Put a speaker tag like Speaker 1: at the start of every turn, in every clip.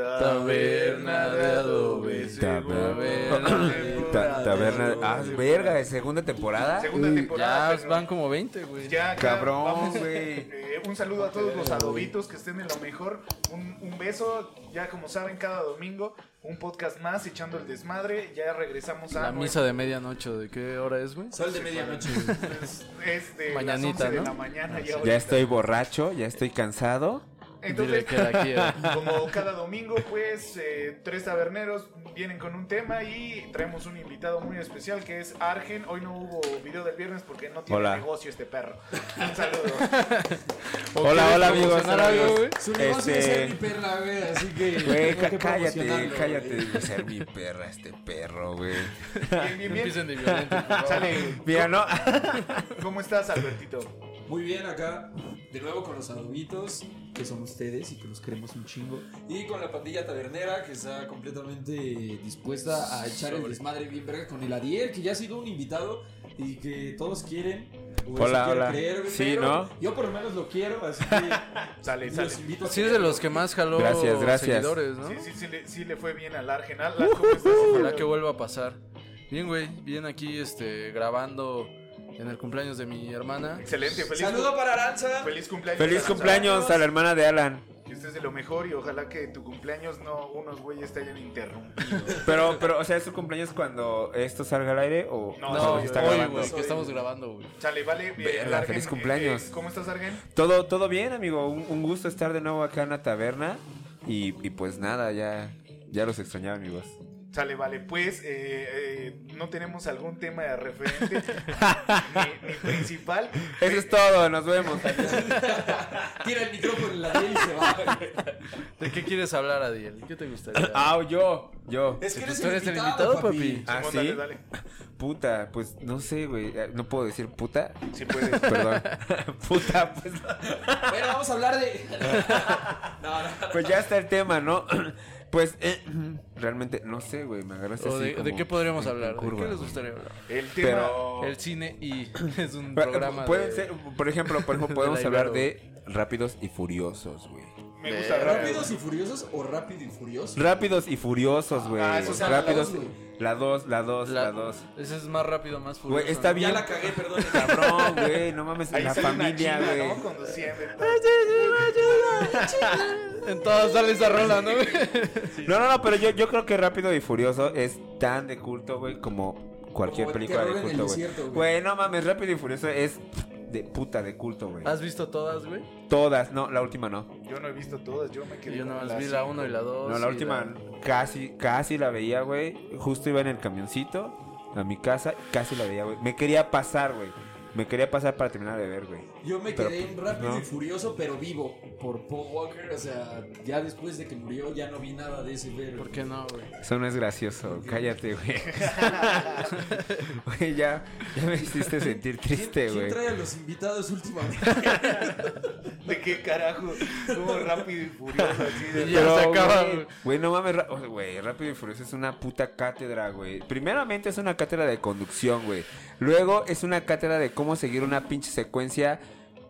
Speaker 1: Taberna de adobe.
Speaker 2: Ta- Taberna. Ah, verga, ¿es segunda temporada.
Speaker 1: Segunda temporada.
Speaker 3: Ya
Speaker 1: pero-
Speaker 3: van como 20, güey.
Speaker 1: Ya, ya,
Speaker 2: Cabrón,
Speaker 1: vamos.
Speaker 2: güey.
Speaker 1: Eh, un saludo a todos los adobitos que estén en lo mejor. Un, un beso. Ya como saben, cada domingo un podcast más echando el desmadre. Ya regresamos a...
Speaker 3: La
Speaker 1: nuestro-
Speaker 3: misa de medianoche, ¿de qué hora es, güey?
Speaker 4: Sol de medianoche.
Speaker 1: Es, es de las
Speaker 3: Mañanita,
Speaker 1: 11 de
Speaker 3: ¿no?
Speaker 1: la mañana. Ya,
Speaker 2: Ah, Ya
Speaker 1: ahorita.
Speaker 2: estoy borracho, ya estoy cansado.
Speaker 3: Dile
Speaker 1: Entonces,
Speaker 3: que de aquí era.
Speaker 1: como cada domingo, pues eh, tres taberneros vienen con un tema y traemos un invitado muy especial que es Argen. Hoy no hubo video del viernes porque no tiene
Speaker 2: Hola.
Speaker 1: negocio este perro. Un saludo.
Speaker 2: Hola, hola amigos.
Speaker 3: promocionar algo,
Speaker 2: amigos.
Speaker 3: güey?
Speaker 4: Su negocio es ser mi
Speaker 2: Este,
Speaker 4: perla, güey, así que.
Speaker 2: güey,
Speaker 4: tengo
Speaker 2: ca-
Speaker 4: que
Speaker 2: cállate,
Speaker 4: promocionarlo,
Speaker 2: cállate
Speaker 4: güey.
Speaker 2: de ser mi perra este perro, güey.
Speaker 1: Bien, bien,
Speaker 3: No empiecen
Speaker 1: bien.
Speaker 3: de violento. por favor.
Speaker 1: Sale.
Speaker 2: Mira, no.
Speaker 1: ¿Cómo estás, Albertito?
Speaker 4: Muy bien, acá. De nuevo con los adobitos, que son ustedes y que los queremos un chingo. Y con la pandilla tabernera, que está completamente dispuesta a echar el desmadre bien verga con el Adiel, que ya ha sido un invitado y que todos quieren. o eso
Speaker 2: Hola,
Speaker 4: quiero
Speaker 2: hola.
Speaker 4: creer, güey,
Speaker 2: Sí,
Speaker 4: pero
Speaker 2: ¿no?
Speaker 4: Yo por lo menos lo quiero, así que.
Speaker 1: Sale,
Speaker 4: los
Speaker 1: sale.
Speaker 4: invito a
Speaker 3: Sí es de los que más jaló
Speaker 2: Gracias, gracias.
Speaker 3: seguidores, ¿no?
Speaker 1: Sí, sí, sí, le, sí le fue bien al Argen. Alan, ¿cómo
Speaker 2: Uh-huh.
Speaker 1: estás?
Speaker 3: Ojalá que vuelva a pasar. Bien, güey, bien aquí este, grabando en el cumpleaños de mi hermana.
Speaker 1: Excelente. Feliz,
Speaker 4: Saludo para Aranza.
Speaker 1: feliz cumpleaños.
Speaker 2: Feliz
Speaker 1: Alan.
Speaker 2: cumpleaños a la hermana de Alan.
Speaker 1: Que estés de lo mejor y ojalá que tu cumpleaños no unos güeyes te hayan interrumpido.
Speaker 2: Pero, pero, o sea, ¿es su cumpleaños cuando esto salga al aire o
Speaker 1: No,
Speaker 2: cuando
Speaker 3: No,
Speaker 2: se
Speaker 1: yo-
Speaker 2: está
Speaker 1: yo-
Speaker 3: hoy,
Speaker 2: grabando?
Speaker 3: güey, que estamos grabando, güey.
Speaker 1: Sale, vale. bien,
Speaker 2: Verga,
Speaker 1: Argen,
Speaker 2: feliz
Speaker 1: eh,
Speaker 2: cumpleaños.
Speaker 1: eh, ¿Cómo estás, Argen?
Speaker 2: Todo, todo bien, amigo. Un, un gusto estar de nuevo acá en la taberna. Y, y pues nada, ya, ya los extrañaba, amigos.
Speaker 1: Sale, vale, pues eh, eh, no tenemos algún tema de referente ni, ni principal.
Speaker 2: Eso es todo, nos vemos.
Speaker 4: Tira el micrófono en la piel y se va.
Speaker 3: ¿De qué quieres hablar, Adiel? ¿Qué te gustaría?
Speaker 2: Ah, yo, yo.
Speaker 4: Es que
Speaker 3: Pues
Speaker 4: eres
Speaker 3: tú
Speaker 4: el
Speaker 3: eres el
Speaker 4: invitado,
Speaker 3: invitado,
Speaker 4: papi.
Speaker 3: papi.
Speaker 2: ¿Ah,
Speaker 1: Simón,
Speaker 2: sí?
Speaker 1: dale, dale.
Speaker 2: Puta, pues no sé, güey. Eh, No puedo decir puta.
Speaker 1: Si puedes.
Speaker 2: Perdón. puta, pues,
Speaker 4: Bueno, vamos a hablar de. No, no.
Speaker 2: pues ya está el tema, ¿no? pues eh, realmente, no sé, güey. Me agarraste
Speaker 3: ¿O
Speaker 2: así
Speaker 3: de,
Speaker 2: como
Speaker 3: de qué podríamos
Speaker 2: en-
Speaker 3: hablar?
Speaker 2: en
Speaker 3: ¿De
Speaker 2: curva,
Speaker 3: qué les
Speaker 2: güey.
Speaker 3: gustaría hablar?
Speaker 1: El tema.
Speaker 2: Pero-
Speaker 3: El cine y es un
Speaker 2: Pero,
Speaker 3: programa
Speaker 2: pueden
Speaker 3: de...
Speaker 2: ser, por ejemplo, por ejemplo
Speaker 3: de
Speaker 2: podemos
Speaker 3: la
Speaker 2: hablar
Speaker 3: Ibero.
Speaker 2: de Rápidos y Furiosos, güey.
Speaker 1: Me gusta
Speaker 3: Verga,
Speaker 1: rápido.
Speaker 4: ¿Rápidos y furiosos o rápido y furioso?
Speaker 2: Rápidos y Furiosos, güey.
Speaker 1: Ah, eso
Speaker 4: se llama la
Speaker 2: Rápidos.
Speaker 4: dos, güey.
Speaker 2: La 2, la 2, la 2.
Speaker 3: Ese es más rápido, más furioso.
Speaker 2: Güey, está
Speaker 3: ¿no?
Speaker 2: bien.
Speaker 4: ya la cagué, perdón.
Speaker 2: Cabrón, güey. No mames,
Speaker 1: Ahí
Speaker 2: la
Speaker 1: sale una
Speaker 2: familia,
Speaker 1: china,
Speaker 2: güey.
Speaker 1: ¿no? Conduciendo.
Speaker 3: En todas sale esa rola, ¿no? güey?
Speaker 2: No, no, no, pero yo, yo creo que Rápido y Furioso es tan de culto, güey, como cualquier
Speaker 4: Como
Speaker 2: película
Speaker 4: Terror
Speaker 2: de
Speaker 4: en el
Speaker 2: culto, güey.
Speaker 4: desierto, güey.
Speaker 2: Güey, no mames, Rápido y Furioso es de puta de culto, güey.
Speaker 4: Ah.
Speaker 3: ¿Has visto todas, güey?
Speaker 2: Todas, no, la última no.
Speaker 1: Yo no he visto todas, yo me quedé.
Speaker 3: Yo
Speaker 1: con
Speaker 3: nomás
Speaker 1: las
Speaker 3: vi la
Speaker 1: cinco.
Speaker 3: 1 y la
Speaker 4: Oh,
Speaker 3: 2.
Speaker 2: No, la última casi, casi la veía, güey. Justo iba en el camioncito a mi casa, casi la veía, güey. Me quería pasar, güey. Me quería pasar para terminar de ver, güey.
Speaker 4: Yo me
Speaker 2: Pero,
Speaker 4: quedé en
Speaker 2: pues,
Speaker 4: rápido
Speaker 2: no.
Speaker 4: y furioso, pero vivo. Por Paul Walker, o sea, ya después de que murió, ya no vi nada de ese ver.
Speaker 3: ¿Por qué no, güey?
Speaker 2: Eso no es gracioso, cállate, güey. Güey, ya, ya me hiciste sentir triste,
Speaker 4: ¿Quién,
Speaker 2: güey.
Speaker 4: ¿Quién trae a los invitados últimamente?
Speaker 1: ¿De qué carajo? Como rápido y furioso. Así de...
Speaker 3: Ya se acaba,
Speaker 2: güey,
Speaker 3: güey.
Speaker 2: Güey, no mames, ra- o sea, güey, Rápido y Furioso es una puta cátedra, güey. Primeramente es una cátedra de conducción, güey. Luego es una cátedra de cómo seguir una pinche secuencia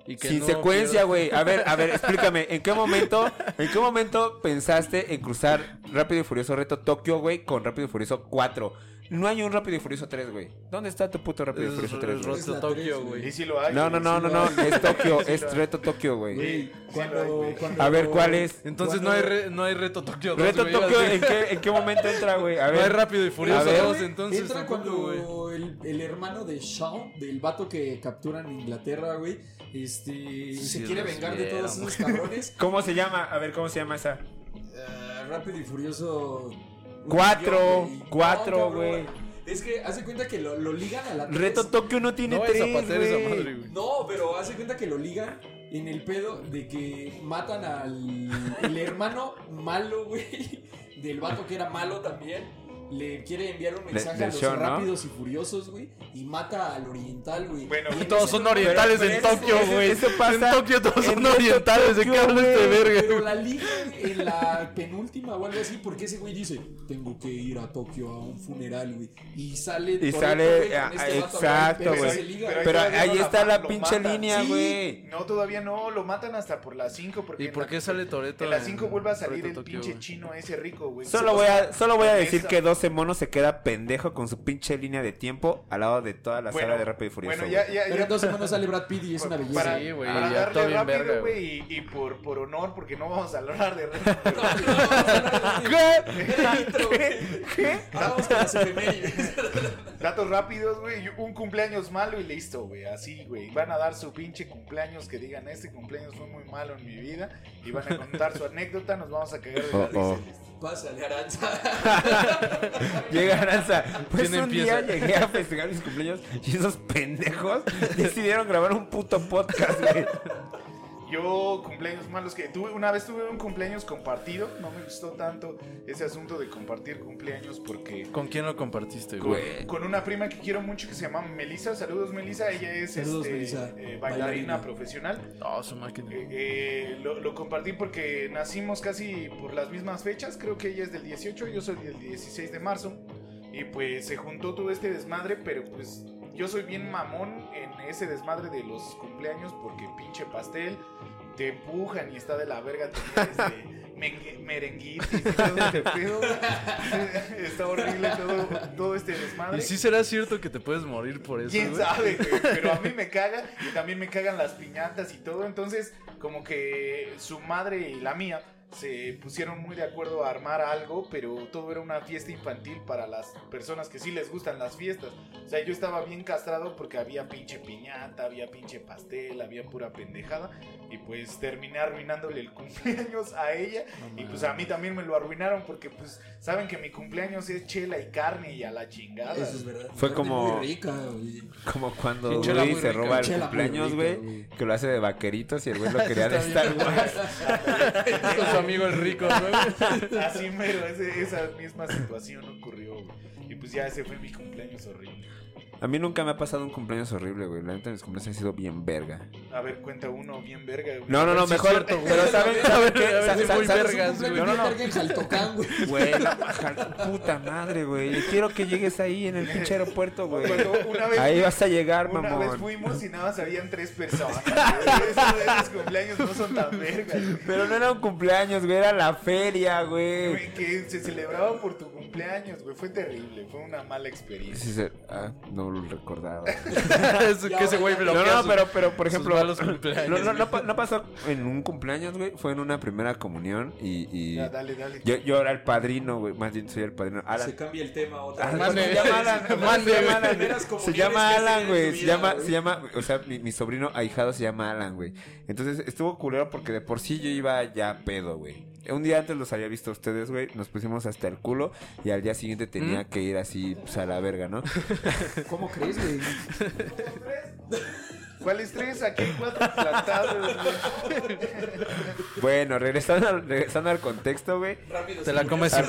Speaker 3: Y que
Speaker 2: sin
Speaker 3: no pues,
Speaker 2: secuencia,
Speaker 3: pierdas-
Speaker 2: güey. A ver, a ver, explícame, ¿en qué momento, en qué momento pensaste en cruzar Rápido y Furioso Reto Tokio, güey, con Rápido y Furioso 4? No hay un Rápido y Furioso 3, güey. ¿Dónde está tu puto Rápido y
Speaker 3: Es,
Speaker 2: Furioso 3?
Speaker 3: es
Speaker 2: güey?
Speaker 4: Es
Speaker 3: Roto
Speaker 4: la
Speaker 3: Tokio,
Speaker 4: tres,
Speaker 1: Y
Speaker 3: güey.
Speaker 1: si lo hay.
Speaker 2: No, no,
Speaker 1: güey,
Speaker 2: no,
Speaker 1: sí
Speaker 2: no,
Speaker 1: lo
Speaker 2: no,
Speaker 1: hay.
Speaker 2: es Tokio,
Speaker 1: Sí
Speaker 2: es
Speaker 1: lo hay.
Speaker 2: Reto Tokio, güey.
Speaker 4: Güey, cuando-
Speaker 1: sí lo hay, güey.
Speaker 4: cuando-
Speaker 2: A ver, ¿cuál es?
Speaker 3: Entonces
Speaker 4: cuando-
Speaker 3: no hay, re- no hay reto Tokio 2,
Speaker 2: Reto
Speaker 3: güey, iba a
Speaker 2: Tokio,
Speaker 3: decir.
Speaker 2: ¿en qué, en qué momento entra, güey? A ver.
Speaker 3: No hay rápido y
Speaker 2: A
Speaker 3: furioso
Speaker 2: ver.
Speaker 3: 2, entonces
Speaker 4: Entra
Speaker 3: tampoco, güey.
Speaker 4: cuando el, el hermano de Shaw, del vato que capturan en Inglaterra, güey, este, se
Speaker 3: sí,
Speaker 4: quiere
Speaker 3: los
Speaker 4: vengar de todos
Speaker 3: vieron,
Speaker 4: esos cabrones.
Speaker 2: ¿Cómo se llama? A ver, ¿cómo se llama esa?
Speaker 4: Ah, Rápido y Furioso.
Speaker 2: Cuatro,
Speaker 4: Un millón, güey.
Speaker 2: cuatro,
Speaker 4: No, cabrón.
Speaker 2: güey.
Speaker 4: Es que hace cuenta que lo, lo ligan a la tres.
Speaker 2: Reto Tokio no tiene
Speaker 3: No vayas a
Speaker 2: tres,
Speaker 3: patear esa
Speaker 2: güey.
Speaker 3: madre, güey.
Speaker 4: No, pero hace cuenta que lo ligan en el pedo de que matan al el hermano malo, güey, del vato que era malo también. le quiere enviar un
Speaker 2: De-
Speaker 4: mensaje
Speaker 2: del
Speaker 4: a los
Speaker 2: show, ¿no?
Speaker 4: rápidos y furiosos, güey, y mata al oriental, güey.
Speaker 1: Bueno,
Speaker 4: en
Speaker 1: y
Speaker 3: Todos
Speaker 4: ese
Speaker 3: son
Speaker 4: momento-
Speaker 3: orientales
Speaker 2: pero
Speaker 3: en
Speaker 2: eso-
Speaker 3: Tokio,
Speaker 2: eso-
Speaker 3: güey.
Speaker 2: eso
Speaker 3: En
Speaker 2: pasa
Speaker 3: Tokio todos
Speaker 2: en
Speaker 3: son
Speaker 2: esto
Speaker 3: orientales. ¿De qué
Speaker 2: Tokio,
Speaker 3: hablas de
Speaker 2: güey?
Speaker 3: verga?
Speaker 4: Pero la liga en la penúltima o algo así, porque ese güey dice, tengo que ir a Tokio a un funeral, güey. Y sale...
Speaker 2: Y
Speaker 4: Toretto, güey,
Speaker 2: sale.
Speaker 4: con
Speaker 2: ah,
Speaker 4: este vato,
Speaker 2: exacto,
Speaker 4: pero
Speaker 1: güey.
Speaker 4: se liga,
Speaker 1: Pero-
Speaker 2: Pero
Speaker 1: todavía
Speaker 2: ahí
Speaker 1: no la
Speaker 2: está
Speaker 1: ma-
Speaker 2: la
Speaker 1: lo
Speaker 2: pinche
Speaker 1: matan.
Speaker 2: línea,
Speaker 1: Sí.
Speaker 2: güey.
Speaker 1: No, todavía no, lo matan hasta por las 5.
Speaker 3: ¿Y por qué sale Toretto
Speaker 1: En las
Speaker 3: en
Speaker 1: 5 vuelve a salir
Speaker 3: Toretto
Speaker 1: el
Speaker 3: Tokio,
Speaker 1: pinche
Speaker 3: güey?
Speaker 1: chino ese rico, güey.
Speaker 2: Solo
Speaker 1: O
Speaker 2: voy,
Speaker 1: sea,
Speaker 2: a, solo voy a decir
Speaker 1: esa-
Speaker 2: que 12 monos se queda pendejo con su pinche línea de tiempo al lado de toda la
Speaker 1: Bueno,
Speaker 2: sala de Rápido y Furioso.
Speaker 1: Bueno, ya,
Speaker 2: güey.
Speaker 1: ya,
Speaker 4: Pero
Speaker 1: ya.
Speaker 4: en dos semanas sale Brad Pitt y es una belleza.
Speaker 1: Para,
Speaker 3: Sí, güey,
Speaker 1: para
Speaker 3: ya todo
Speaker 1: darle
Speaker 3: bien verga,
Speaker 1: rápido, güey, y, y por, por honor, porque no vamos a hablar de
Speaker 4: Vamos con las efemérides.
Speaker 1: datos rápidos, güey. Un cumpleaños malo y listo, güey. Así, güey. Van a dar su pinche cumpleaños que digan, este cumpleaños fue muy malo en mi vida. Y van a contar su anécdota, nos vamos a cagar de la
Speaker 2: Oh, oh.
Speaker 1: risa.
Speaker 4: Pásale, Aranza.
Speaker 2: Llega Aranza. Pues un
Speaker 3: ¿Quién empieza?
Speaker 2: día llegué a festejar mis cumpleaños y esos pendejos decidieron grabar un puto podcast, güey.
Speaker 1: Yo, cumpleaños malos que tuve. Una vez tuve un cumpleaños compartido. No me gustó tanto ese asunto de compartir cumpleaños porque.
Speaker 3: ¿Con quién lo compartiste,
Speaker 1: Con,
Speaker 3: güey?
Speaker 2: Güey.
Speaker 1: con una prima que quiero mucho que se llama Melissa. Saludos, Melissa. Ella es
Speaker 4: Saludos,
Speaker 1: este,
Speaker 4: Melissa.
Speaker 1: eh, bailarina,
Speaker 4: Bailarina.
Speaker 1: profesional.
Speaker 3: No, su máquina.
Speaker 1: Eh, eh, lo, lo compartí porque nacimos casi por las mismas fechas. Creo que ella es del 18, yo soy del 16 de marzo. Y pues se juntó todo este desmadre, pero pues yo soy bien mamón en ese desmadre de los cumpleaños porque pinche pastel, te empujan y está de la verga, te este, men- merenguitis y todo este pedo. está horrible todo, todo este desmadre.
Speaker 3: ¿Y sí será cierto que te puedes morir por eso,
Speaker 1: ¿Quién
Speaker 3: güey?
Speaker 1: sabe? güey? Pero a mí me caga y también me cagan las piñatas y todo. Entonces, como que su madre y la mía se pusieron muy de acuerdo a armar algo, pero todo era una fiesta infantil para las personas que sí les gustan las fiestas. O sea, yo estaba bien castrado porque había pinche piñata, había pinche pastel, había pura pendejada. Y pues terminé arruinándole el cumpleaños a ella
Speaker 3: No
Speaker 1: y pues a mí también me lo arruinaron porque pues saben que mi cumpleaños es chela y carne y a la chingada.
Speaker 4: Eso es verdad.
Speaker 2: Fue como-
Speaker 4: Muy rica, güey.
Speaker 2: Como cuando
Speaker 3: Sí, chela
Speaker 2: Luis
Speaker 3: muy
Speaker 2: se
Speaker 3: rica,
Speaker 2: roba el
Speaker 4: chela muy
Speaker 2: cumpleaños,
Speaker 4: rica,
Speaker 2: güey.
Speaker 4: güey.
Speaker 2: Que lo hace de vaqueritos y el güey lo quería de
Speaker 3: Está
Speaker 2: Star
Speaker 3: bien.
Speaker 2: Wars.
Speaker 3: mames. Con su amigo el rico, güey.
Speaker 1: Así mero, ese- esa misma situación ocurrió, güey. Y pues ya ese fue mi cumpleaños horrible.
Speaker 2: A mí nunca me ha pasado un cumpleaños horrible, güey. La neta, mis cumpleaños han sido bien verga.
Speaker 1: A ver, cuenta uno bien verga, güey.
Speaker 2: No, no, no,
Speaker 3: Sí,
Speaker 2: mejor.
Speaker 3: cierto, güey.
Speaker 2: pero saben, saben qué?
Speaker 3: A ver,
Speaker 2: Sa-
Speaker 3: sí,
Speaker 2: sa-
Speaker 3: muy
Speaker 2: ¿sabes?
Speaker 3: vergas,
Speaker 4: Un
Speaker 3: güey.
Speaker 2: No,
Speaker 4: cumpleaños
Speaker 2: no, no.
Speaker 4: verga en Jaltocán, güey.
Speaker 2: Güey, la paja- puta madre, güey. Quiero que llegues ahí en el pinche aeropuerto, güey.
Speaker 1: Cuando una vez,
Speaker 2: Ahí vas a llegar,
Speaker 1: una vez
Speaker 2: mamón.
Speaker 1: fuimos y nada más habían tres personas. güey. Eso- esos cumpleaños no son tan vergas, güey.
Speaker 2: Pero no era un cumpleaños, güey, era la feria, güey.
Speaker 1: Güey, Que se celebraba por tu cumpleaños, güey. Fue terrible, fue una mala experiencia.
Speaker 2: Sí, se- ah, no lo recordaba.
Speaker 3: Es que ese güey
Speaker 4: No,
Speaker 2: No,
Speaker 3: bloquea
Speaker 2: no,
Speaker 3: su-
Speaker 2: pero, pero por
Speaker 3: sus
Speaker 2: ejemplo,
Speaker 3: malos cumpleaños,
Speaker 2: no, no,
Speaker 3: güey.
Speaker 2: no pa- no pasó en un cumpleaños, güey. Fue en una primera comunión y, y
Speaker 1: Ya, dale, dale.
Speaker 2: yo, yo era el padrino, güey. Más bien soy el padrino. Alan.
Speaker 4: Se cambia el tema a otra
Speaker 2: Alan, ¿cómo
Speaker 4: vez.
Speaker 2: se
Speaker 3: Mande.
Speaker 2: llama Alan?
Speaker 3: Mande,
Speaker 2: Se llama
Speaker 3: güey.
Speaker 2: Alan,
Speaker 4: Primeras
Speaker 2: Se
Speaker 4: comuniones
Speaker 2: llama
Speaker 4: que has
Speaker 2: Alan,
Speaker 4: tenido en
Speaker 2: güey.
Speaker 4: tu
Speaker 2: Se
Speaker 4: vida,
Speaker 2: llama,
Speaker 4: güey.
Speaker 2: se llama, o sea, mi, mi sobrino ahijado se llama Alan, güey. Entonces estuvo culero porque de por sí yo iba ya pedo, güey. Un día antes los había visto a ustedes, güey. Nos pusimos hasta el culo y al día siguiente tenía que ir así, pues a la verga, ¿no?
Speaker 4: ¿Cómo crees, güey?
Speaker 1: ¿Cuáles tres? Aquí hay cuatro plantados, güey.
Speaker 2: Bueno, regresando al, regresando al contexto, güey.
Speaker 4: Rápido.
Speaker 3: Te la comes sin
Speaker 2: Al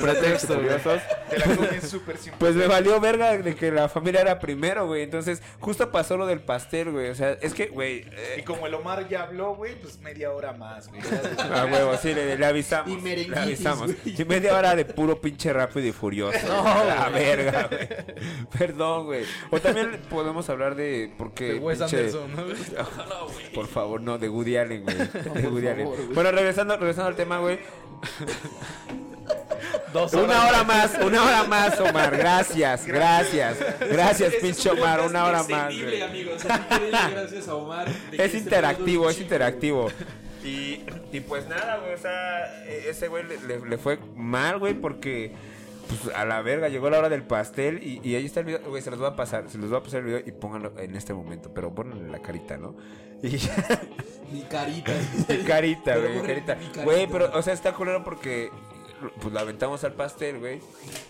Speaker 3: pretexto,
Speaker 2: contexto,
Speaker 3: güey.
Speaker 2: curiosos.
Speaker 1: Te la comes súper simple.
Speaker 2: Pues me valió verga de que la familia era primero, güey. Entonces, justo pasó lo del pastel, güey. O sea, es que, güey. eh,
Speaker 1: Y como el Omar ya habló, güey, pues media hora más, güey.
Speaker 2: a Ah, huevo, sí, le, le avisamos.
Speaker 4: Y merenguitis,
Speaker 2: le avisamos.
Speaker 4: güey.
Speaker 2: Y media hora de puro pinche rápido y furioso. No, la verga, güey. Perdón, güey. O también podemos hablar de. Porque.
Speaker 3: De Wes
Speaker 2: pinche-
Speaker 3: Anderson, ¿no, güey?
Speaker 2: Por favor, no, de Woody Allen, güey. De
Speaker 4: por
Speaker 2: Woody Allen.
Speaker 4: favor, güey.
Speaker 2: Bueno, regresando, regresando al tema, güey.
Speaker 3: Dos
Speaker 2: Una
Speaker 3: horas.
Speaker 2: hora más, una hora más, Omar. Gracias, gracias. Gracias, pinche Omar. Una hora más,
Speaker 4: güey.
Speaker 2: güey.
Speaker 4: amigos. Así que denle gracias a Omar. de que
Speaker 2: Es
Speaker 4: este
Speaker 2: interactivo,
Speaker 4: pedo
Speaker 2: es
Speaker 4: chido,
Speaker 2: interactivo. Y, y pues nada, güey, o sea, e- ese güey le, le- le fue mal, güey, porque pues a la verga llegó la hora del pastel y, y ahí está el video, güey, se los va a pasar, se los va a pasar el video y pónganlo en este momento, pero pónganle la carita, ¿no? Y
Speaker 4: güey. Mi carita.
Speaker 2: mi carita,
Speaker 4: Pero
Speaker 2: güey, mi
Speaker 4: borren
Speaker 2: carita.
Speaker 4: mi carita.
Speaker 2: Güey, pero, o sea, está culero porque pues la aventamos al pastel, güey,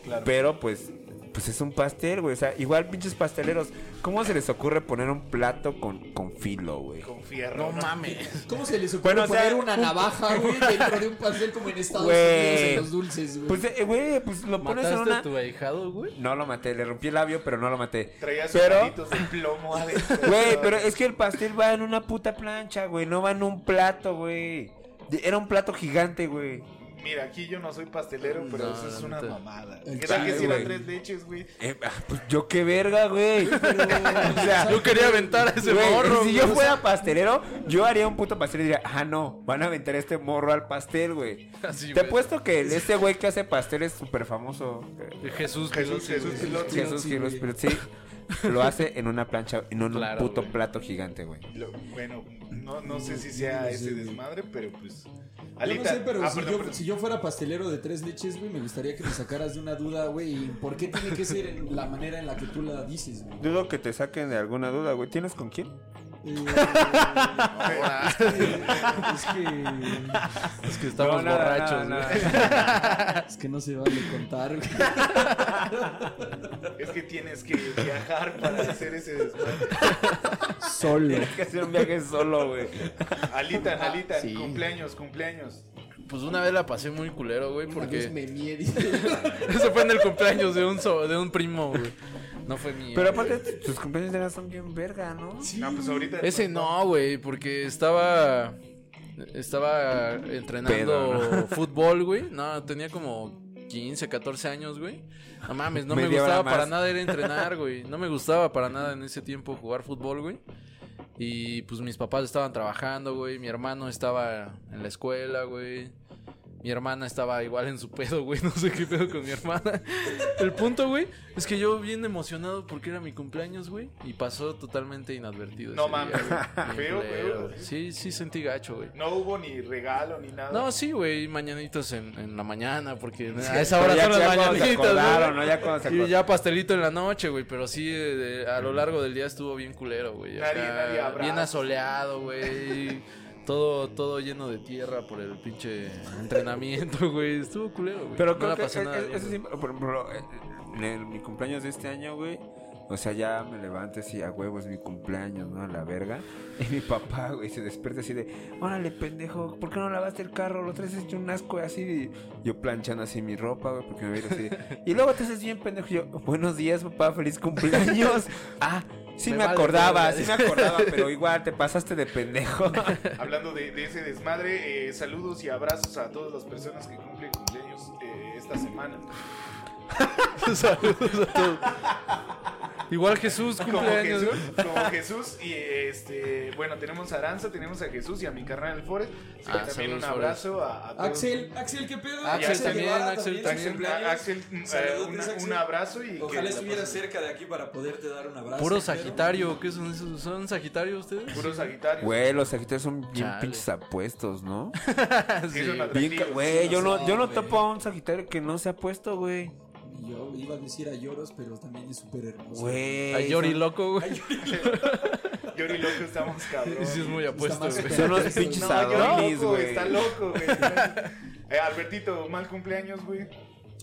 Speaker 1: Claro.
Speaker 2: pero pues pues es un pastel, güey. O sea, igual pinches pasteleros, ¿cómo se les ocurre poner un plato con, con filo, güey?
Speaker 1: Con fierro.
Speaker 3: No mames.
Speaker 4: ¿Cómo se les ocurre
Speaker 2: Bueno, o sea,
Speaker 4: poner una navaja, güey, dentro de un pastel como en Estados
Speaker 2: Güey.
Speaker 4: Unidos en los dulces, güey?
Speaker 2: Pues, eh, güey, pues lo pones
Speaker 3: ¿Mataste
Speaker 2: en una...
Speaker 3: a tu ahijado, güey?
Speaker 2: No lo maté, le rompí el labio, pero no lo maté.
Speaker 1: Traía sus
Speaker 2: Pero,
Speaker 1: palitos de plomo adentro.
Speaker 2: güey, pero eh, es que el pastel va en una puta plancha, güey. No va en un plato, güey. De- Era un plato gigante, güey.
Speaker 1: Mira, aquí yo no soy pastelero, pero
Speaker 3: No,
Speaker 1: eso es
Speaker 3: la
Speaker 1: una
Speaker 3: neta.
Speaker 1: mamada.
Speaker 4: El
Speaker 1: ¿Qué tal que
Speaker 4: chile,
Speaker 1: si eran
Speaker 2: güey.
Speaker 1: tres leches, güey?
Speaker 2: Eh, ah, pues yo qué verga, güey. O sea,
Speaker 3: Yo quería aventar a ese
Speaker 2: Ah, Güey,
Speaker 3: morro.
Speaker 2: Si
Speaker 3: güey.
Speaker 2: yo fuera pastelero, yo haría un puto pastel y diría, ah, no, van a aventar este morro al pastel, güey.
Speaker 3: Así,
Speaker 2: Te
Speaker 3: güey.
Speaker 2: apuesto que el- este güey que hace pastel es súper famoso. eh,
Speaker 1: Jesús,
Speaker 3: Jesús, Pelusi,
Speaker 1: Jesús,
Speaker 3: güey.
Speaker 1: Jesús.
Speaker 4: sí,
Speaker 2: Jesús
Speaker 4: sí,
Speaker 2: Giros,
Speaker 4: güey.
Speaker 2: pero sí. Lo hace en una plancha, en un
Speaker 3: Claro,
Speaker 2: puto
Speaker 3: güey.
Speaker 2: plato gigante, güey.
Speaker 1: Lo- bueno, no, no sé si sea
Speaker 4: No sé,
Speaker 1: ese
Speaker 4: güey.
Speaker 1: desmadre, pero pues.
Speaker 4: Yo
Speaker 1: Alita.
Speaker 4: no sé, pero
Speaker 1: ah,
Speaker 4: si,
Speaker 1: perdón,
Speaker 4: yo,
Speaker 1: perdón.
Speaker 4: si yo fuera pastelero de tres leches, güey, me gustaría que me sacaras de una duda, güey. ¿Por qué tiene que ser en la manera en la que tú la dices, güey?
Speaker 2: Dudo que te saquen de alguna duda, güey. ¿Tienes con quién?
Speaker 4: Eh,
Speaker 1: Ahora.
Speaker 4: es, que,
Speaker 3: Es que estamos
Speaker 2: No, nada,
Speaker 3: borrachos,
Speaker 2: nada,
Speaker 3: güey.
Speaker 2: nada.
Speaker 4: es que no se vale contar, güey.
Speaker 1: Es que tienes que viajar para hacer ese desmadre.
Speaker 4: Solo.
Speaker 2: Tienes que hacer un viaje solo, güey.
Speaker 1: Alita, Alita,
Speaker 4: Ah, Sí.
Speaker 1: cumpleaños, cumpleaños.
Speaker 3: Pues una vez la pasé muy culero, güey,
Speaker 4: Porque
Speaker 3: porque...
Speaker 4: me miedí.
Speaker 3: Eso fue en el cumpleaños de un, so- de un primo, güey. No fue mío.
Speaker 2: Pero aparte, tus cumpleaños de edad son bien verga, ¿no?
Speaker 1: No, pues ahorita.
Speaker 3: Ese no, güey, porque estaba. Estaba entrenando
Speaker 2: Pedo,
Speaker 3: fútbol, güey. No, tenía como 15, 14 años, güey. No mames, no me
Speaker 2: Media hora
Speaker 3: gustaba para
Speaker 2: más.
Speaker 3: nada ir a entrenar, güey. No me gustaba para nada en ese tiempo jugar fútbol, güey. Y pues mis papás estaban trabajando, güey. Mi hermano estaba en la escuela, güey. Mi hermana estaba igual en su pedo, güey. No sé qué pedo con mi hermana. El punto, güey, es que yo bien emocionado porque era mi cumpleaños, güey. Y pasó totalmente inadvertido.
Speaker 1: No
Speaker 3: ese
Speaker 1: mames.
Speaker 3: día, güey. Bien
Speaker 1: Feo,
Speaker 3: culero,
Speaker 1: feo.
Speaker 3: güey. Sí, sí sentí gacho, güey.
Speaker 1: No hubo ni regalo ni nada.
Speaker 3: No, sí, güey, mañanitos en, en la mañana, porque a esa
Speaker 2: Pero
Speaker 3: hora
Speaker 2: ya-
Speaker 3: son
Speaker 2: ya
Speaker 3: las
Speaker 2: cuando se
Speaker 3: mañanitas,
Speaker 2: acordaron,
Speaker 3: güey.
Speaker 2: ¿no? Ya cuando se
Speaker 3: Y
Speaker 2: acordaron.
Speaker 3: ya pastelito en la noche, güey, pero sí, de- de- a lo largo del día estuvo bien culero, güey.
Speaker 1: Nadie-
Speaker 3: Acá,
Speaker 1: nadie abrazos.
Speaker 3: Bien asoleado, güey. Todo, todo lleno de tierra por el pinche entrenamiento, güey. Estuvo culero, güey.
Speaker 2: Pero
Speaker 3: No
Speaker 2: creo
Speaker 3: la
Speaker 2: que
Speaker 3: pasé
Speaker 2: es-
Speaker 3: nada
Speaker 2: es-
Speaker 3: bien,
Speaker 2: eso
Speaker 3: güey.
Speaker 2: sí, por ejemplo, eh, en el- mi cumpleaños de este año, güey. O sea, ya me levanto así a huevos mi cumpleaños, ¿no? A la verga. Y mi papá, güey, se despierta así de, órale, pendejo, ¿por qué no lavaste el carro? Lo traes hecho un asco así. Y yo planchando así mi ropa, güey, porque me veía así. de, y luego te haces bien, pendejo. Y yo, buenos días, papá, feliz cumpleaños. ah, sí
Speaker 3: Me
Speaker 2: me,
Speaker 3: vale
Speaker 2: acordaba,
Speaker 3: verga.
Speaker 2: sí me acordaba, pero igual te pasaste de pendejo.
Speaker 1: Hablando de, de ese desmadre, eh, saludos y abrazos a todas las personas que cumplen cumpleaños eh, esta semana.
Speaker 3: Saludos a todos. Igual Jesús
Speaker 1: Como
Speaker 3: cumpleaños,
Speaker 1: Jesús,
Speaker 3: güey.
Speaker 1: como Jesús y este, bueno, tenemos a Aranza, tenemos a Jesús y a mi carnal el Forest. Así que
Speaker 3: Ah,
Speaker 1: también un
Speaker 3: saludos,
Speaker 1: abrazo a, a todos.
Speaker 4: Axel, Axel, ¿qué pedo?
Speaker 3: Axel también,
Speaker 4: Guevara
Speaker 3: Axel
Speaker 4: su
Speaker 3: también.
Speaker 1: A-
Speaker 4: cumpleaños.
Speaker 1: Axel, eh,
Speaker 4: Saludotes,
Speaker 1: una-
Speaker 4: pues, Axel.
Speaker 1: un abrazo y
Speaker 4: Ojalá
Speaker 1: que
Speaker 4: estuviera cerca de aquí para poderte dar un abrazo.
Speaker 3: Puro
Speaker 4: pero-
Speaker 3: Sagitario, ¿qué son esos? ¿Son Sagitario ustedes?
Speaker 1: Puro Sagitario.
Speaker 2: Güey, los agitadores son bien
Speaker 3: Chale.
Speaker 2: pinches apuestos, ¿no?
Speaker 1: Sí, son
Speaker 2: Bien
Speaker 1: atractivos.
Speaker 2: ca- Güey, yo no, yo no
Speaker 4: Sí,
Speaker 2: topo a un Sagitario que no se ha puesto, güey.
Speaker 4: Y Yo iba a decir a lloros, pero también es súper hermoso.
Speaker 2: Güey.
Speaker 3: A Yori loco, güey.
Speaker 1: Yori loco estamos cabrón.
Speaker 3: Sí, es muy apuesto,
Speaker 4: más
Speaker 3: güey.
Speaker 4: feo.
Speaker 2: Son los
Speaker 4: No,
Speaker 2: pinches
Speaker 1: No, Yori
Speaker 2: adonis,
Speaker 1: loco,
Speaker 2: güey.
Speaker 1: está loco, güey. Eh, Albertito, mal cumpleaños, güey.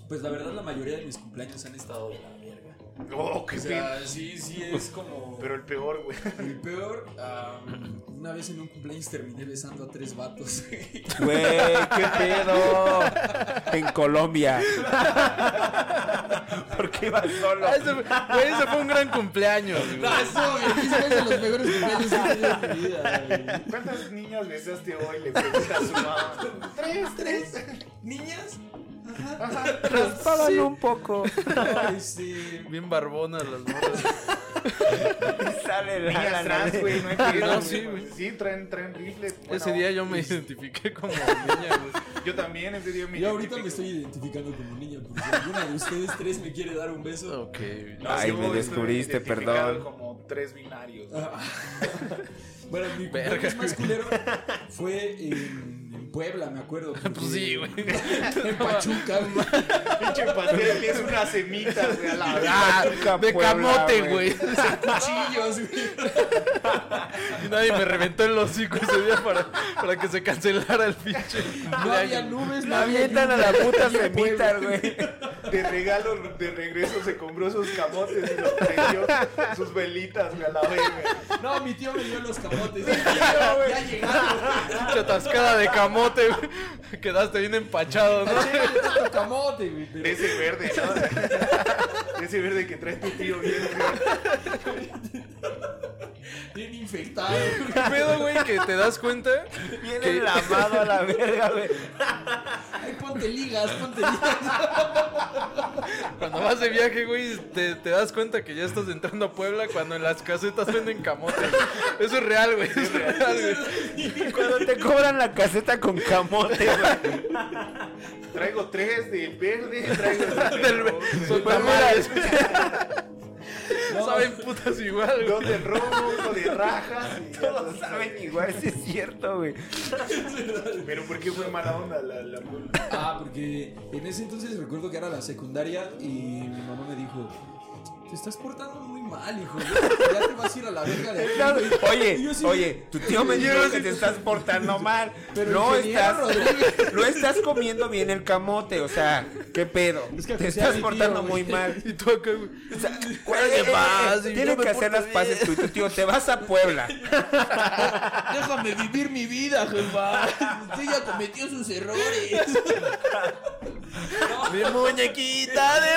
Speaker 4: Pues la verdad, la mayoría de mis cumpleaños han estado de la verga.
Speaker 1: Oh, qué
Speaker 4: O
Speaker 1: bien.
Speaker 4: sea, sí, sí es como.
Speaker 1: Pero el peor, güey.
Speaker 4: El peor, am, una vez en un cumpleaños terminé besando a tres vatos.
Speaker 2: Güey, qué pedo. En Colombia. Porque iba solo.
Speaker 3: Ah, ese, fue- güey, ese fue un gran cumpleaños, güey.
Speaker 4: eso, es de los mejores cumpleaños que he tenido en mi vida. güey.
Speaker 1: ¿Cuántas niñas besaste hoy? Le pregunta a su mamá. Tres, tres.
Speaker 4: ¿Niñas?
Speaker 2: Raspaban un poco.
Speaker 4: Ay, sí.
Speaker 3: Bien barbonas las morras.
Speaker 2: Y sale la- la-
Speaker 1: Niñas
Speaker 2: la-
Speaker 1: trans, güey. No hay
Speaker 3: No,
Speaker 1: pedo,
Speaker 3: sí,
Speaker 1: güey.
Speaker 3: güey.
Speaker 1: Sí, traen, traen rifle.
Speaker 3: Ese
Speaker 1: Bueno,
Speaker 3: día yo me identifiqué como niña, güey.
Speaker 1: Yo también, ese día me.
Speaker 4: Yo ahorita me
Speaker 1: identifico.
Speaker 4: estoy identificando como niña, porque si alguna de ustedes tres me quiere dar un beso.
Speaker 3: Ok.
Speaker 1: No,
Speaker 2: Ay,
Speaker 1: yo
Speaker 2: me
Speaker 1: estoy
Speaker 2: descubriste,
Speaker 1: identificado
Speaker 2: perdón.
Speaker 1: Como tres binarios. güey.
Speaker 4: Ah. bueno, mi
Speaker 3: Verga,
Speaker 4: cumpleaños
Speaker 3: güey.
Speaker 4: más culero fue en, en Puebla, me acuerdo. porque-
Speaker 3: Pues sí, güey.
Speaker 4: En Pachuca, güey.
Speaker 1: Pinche pastel es una semita, güey. A la
Speaker 3: Ah,
Speaker 2: Pachuca,
Speaker 3: de
Speaker 2: Puebla,
Speaker 3: camote,
Speaker 2: güey.
Speaker 3: güey.
Speaker 4: Cuchillos, güey.
Speaker 3: Y Nadie me reventó el hocico ese día para, para que se cancelara el pinche.
Speaker 4: No había nubes, no
Speaker 2: La
Speaker 4: había
Speaker 2: avientan a
Speaker 4: lluvia.
Speaker 2: la puta semita, güey.
Speaker 1: de regalo, de regreso se compró sus camotes y los prendió, sus velitas, güey, a la verga.
Speaker 4: No, mi tío me dio los camotes.
Speaker 1: tío, güey.
Speaker 4: ya llegaron.
Speaker 3: Pinche atascada de camote, güey. Quedaste bien empachado, ¿no?
Speaker 4: Llega tu camote, güey.
Speaker 1: De
Speaker 4: Pero
Speaker 1: ese verde, ¿no? De ese verde que trae tu tío bien, güey.
Speaker 4: bien infectado.
Speaker 3: ¿Qué pedo, güey? Que te das cuenta.
Speaker 2: Viene lavado a la verga, güey.
Speaker 4: Ay, ponte ligas, ponte ligas.
Speaker 3: Cuando vas de viaje, güey, te, te das cuenta que ya estás entrando a Puebla cuando en las casetas venden camote. güey. Eso es real, güey. Es real, güey.
Speaker 2: Cuando te cobran la caseta con camote, güey.
Speaker 1: Traigo tres del verde, traigo del
Speaker 3: Del-
Speaker 1: rojo,
Speaker 3: Son
Speaker 2: Pues
Speaker 3: tamales.
Speaker 4: No.
Speaker 3: Saben putas igual,
Speaker 1: dos
Speaker 3: güey.
Speaker 1: del rojo, uno de rajas. y ya
Speaker 2: Todos
Speaker 1: todo
Speaker 2: saben
Speaker 1: sabe.
Speaker 2: igual, sí es cierto, güey.
Speaker 1: Pero ¿por qué fue mala onda la, la mula?
Speaker 4: Ah, porque en ese entonces recuerdo que era la secundaria y mi mamá me dijo. Te estás portando muy mal, hijo. Ya ya te vas a ir a la verga de aquí. güey". Y
Speaker 2: Oye,
Speaker 4: yo sí-
Speaker 2: oye, tu tío me dijo que te estás portando mal.
Speaker 4: Pero
Speaker 2: no
Speaker 4: ingeniero
Speaker 2: estás,
Speaker 4: Rodríguez.
Speaker 2: no estás comiendo bien el camote, o sea, qué pedo.
Speaker 4: Es que
Speaker 2: te
Speaker 4: así
Speaker 2: estás
Speaker 4: sea mi
Speaker 2: portando
Speaker 4: tío,
Speaker 2: muy
Speaker 4: güey.
Speaker 2: mal.
Speaker 3: Y tú acá, güey.
Speaker 2: O sea,
Speaker 3: ¿Cuál
Speaker 2: eh,
Speaker 3: es
Speaker 2: eh,
Speaker 3: más?
Speaker 2: eh,
Speaker 3: Si yo
Speaker 2: tienen
Speaker 3: me
Speaker 2: que hacer las
Speaker 3: porto
Speaker 2: paces tú y tu tío. Te vas a Puebla.
Speaker 4: Déjame vivir mi vida, jefa. Usted ya cometió sus errores.
Speaker 3: Mi muñequita de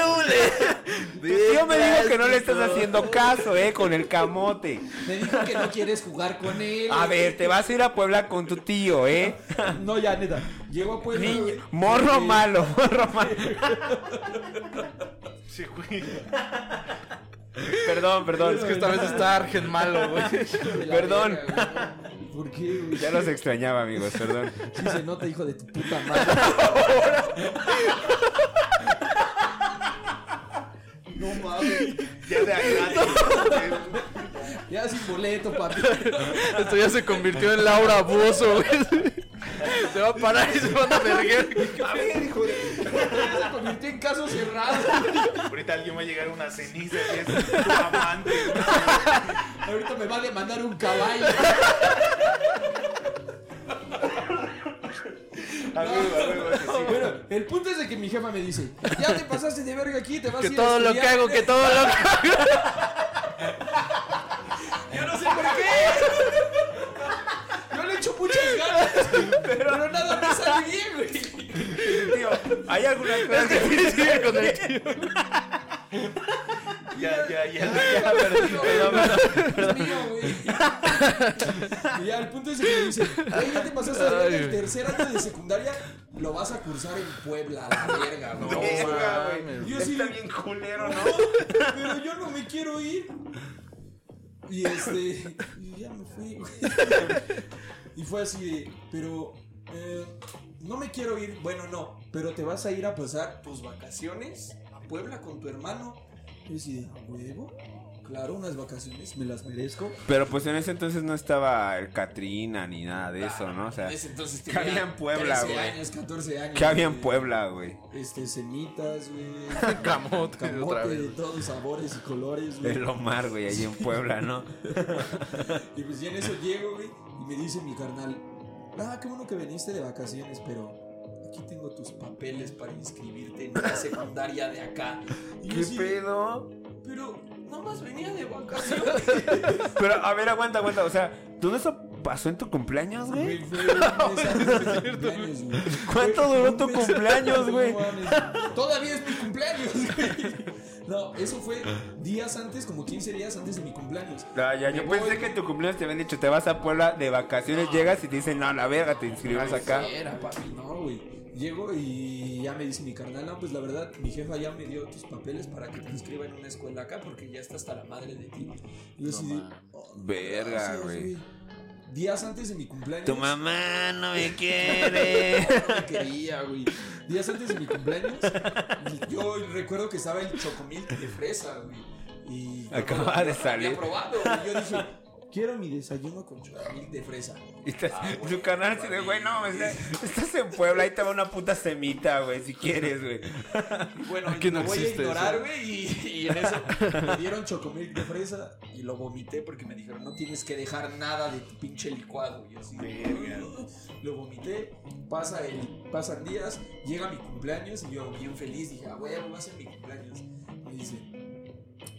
Speaker 2: Tu
Speaker 3: hule.
Speaker 2: tío me dijo que no le estás haciendo caso, eh, con el camote.
Speaker 4: Me dijo que no quieres jugar con él.
Speaker 2: A ver, te vas a ir a Puebla con tu tío, eh.
Speaker 4: No, ya, neta. Llego a Puebla.
Speaker 2: Niño,
Speaker 4: güey.
Speaker 2: morro
Speaker 4: Eh,
Speaker 2: malo, morro malo.
Speaker 1: Sí, güey.
Speaker 2: Perdón, perdón.
Speaker 3: Es que esta vez está Argen malo, güey.
Speaker 4: de la
Speaker 2: Perdón.
Speaker 4: verga, güey. ¿Por qué, güey?
Speaker 2: Ya los extrañaba, amigos, perdón.
Speaker 4: Sí se nota, hijo de tu puta madre. No mames.
Speaker 1: Ya de acá.
Speaker 4: Ya sin boleto, papi.
Speaker 3: Esto ya se convirtió en Laura Buoso, güey. Se va a parar y se van a verguer.
Speaker 4: Se convirtió en caso cerrado.
Speaker 1: Ahorita alguien va a llegar a una ceniza y es tu amante. güey.
Speaker 4: Ahorita me va a demandar un caballo.
Speaker 1: A huevo, a huevo, que sí.
Speaker 4: Bueno, el punto es de que mi jefa me dice: Ya te pasaste de verga aquí, te vas a
Speaker 3: Que
Speaker 4: ir a
Speaker 3: todo lo que
Speaker 4: estudiar".
Speaker 3: hago, que todo lo que hago.
Speaker 4: Yo no sé por qué. Yo le echo muchas ganas. Pero, nada me sale bien, güey.
Speaker 2: Tío, ¿hay alguna clase?
Speaker 3: Sigue con el tío.
Speaker 1: Ya, ya, ya.
Speaker 4: Es mío, güey. Y ya, el punto es que me dice, "Ey, ya te pasaste de verga
Speaker 3: Ay,
Speaker 4: el
Speaker 3: güey.
Speaker 4: tercer año de secundaria, lo vas a cursar en Puebla, a la verga,
Speaker 1: No,
Speaker 4: güey".
Speaker 1: verga, güey.
Speaker 3: mames.
Speaker 4: Yo sí,
Speaker 2: Está bien culero, ¿no?
Speaker 4: pero yo no me quiero ir. Y este, y ya me fui, güey. Y fue así de, pero eh, no me quiero ir, bueno, no, pero te vas a ir a pasar tus vacaciones a Puebla con tu hermano. Y yo así de, "¿A huevo, claro, unas vacaciones, me las merezco.
Speaker 2: Pero pues en ese entonces no estaba el Catrina ni nada de eso, ¿no? O sea,
Speaker 4: En ese entonces
Speaker 2: ¿qué
Speaker 4: tenía
Speaker 2: había en Puebla,
Speaker 4: 13
Speaker 2: güey?
Speaker 4: años, 14 años.
Speaker 2: ¿qué había en
Speaker 4: güey.
Speaker 2: Puebla, güey?
Speaker 4: Este, cenitas, güey.
Speaker 3: Camote, otra
Speaker 4: Camote
Speaker 3: vez.
Speaker 4: de todos sabores y colores, güey.
Speaker 2: El Omar, güey, allí en Puebla, ¿no?
Speaker 4: Y pues ya en eso llego, güey, y me dice mi carnal, ah, qué bueno que viniste de vacaciones, pero aquí tengo tus papeles para inscribirte en la secundaria de acá. Y yo así de,
Speaker 2: pedo?
Speaker 4: Pero nomás venía de vacaciones.
Speaker 2: Pero, a ver, aguanta, aguanta. O sea, ¿todo eso pasó en tu cumpleaños, güey?
Speaker 4: Güey, fue un mes antes de mi cumpleaños, güey.
Speaker 2: ¿Cuánto
Speaker 4: Fue
Speaker 2: duró
Speaker 4: un
Speaker 2: tu
Speaker 4: mes
Speaker 2: cumpleaños,
Speaker 4: antes,
Speaker 2: güey?
Speaker 4: no mames. Todavía es mi cumpleaños, güey. No, eso fue días antes, como 15 días antes de mi cumpleaños.
Speaker 2: Ah, ya,
Speaker 4: Me
Speaker 2: yo
Speaker 4: voy.
Speaker 2: pensé que en tu cumpleaños te habían dicho, te vas a Puebla de vacaciones, llegas y te dicen, no, la verga, te inscribimos acá.
Speaker 4: Sí, Era, papi, no, güey. Llego y ya me dice mi carnal, no, pues la verdad, mi jefa ya me dio tus papeles para que te inscriba en una escuela acá porque ya está hasta la madre de ti. Y yo así de, "Oh,
Speaker 2: Verga,
Speaker 4: gracias,
Speaker 2: güey.
Speaker 4: Días antes de mi cumpleaños.
Speaker 2: Tu mamá no me quiere.
Speaker 4: No me quería, güey. Días antes de mi cumpleaños, yo recuerdo que estaba el chocomilk de fresa, güey. Y
Speaker 2: Acaba de
Speaker 4: Había
Speaker 2: salir.
Speaker 4: probado, güey. Yo dije, Quiero mi desayuno con chocomil de fresa.
Speaker 2: Y estás- tu canal se de, güey, no, mames, estás en Puebla, ahí te va una puta semita, güey, si quieres, güey.
Speaker 4: Y bueno,
Speaker 3: Aquí no
Speaker 4: lo voy a
Speaker 3: existe
Speaker 4: ignorar,
Speaker 3: eso.
Speaker 4: güey. Y, y en eso me dieron chocomil de fresa y lo vomité porque me dijeron, no tienes que dejar nada de tu pinche licuado. Y así, "Ah".
Speaker 1: Verga.
Speaker 4: lo vomité, pasa el, pasan días, llega mi cumpleaños y yo bien feliz dije, ah, güey, algo va a ser mi cumpleaños. Me dice,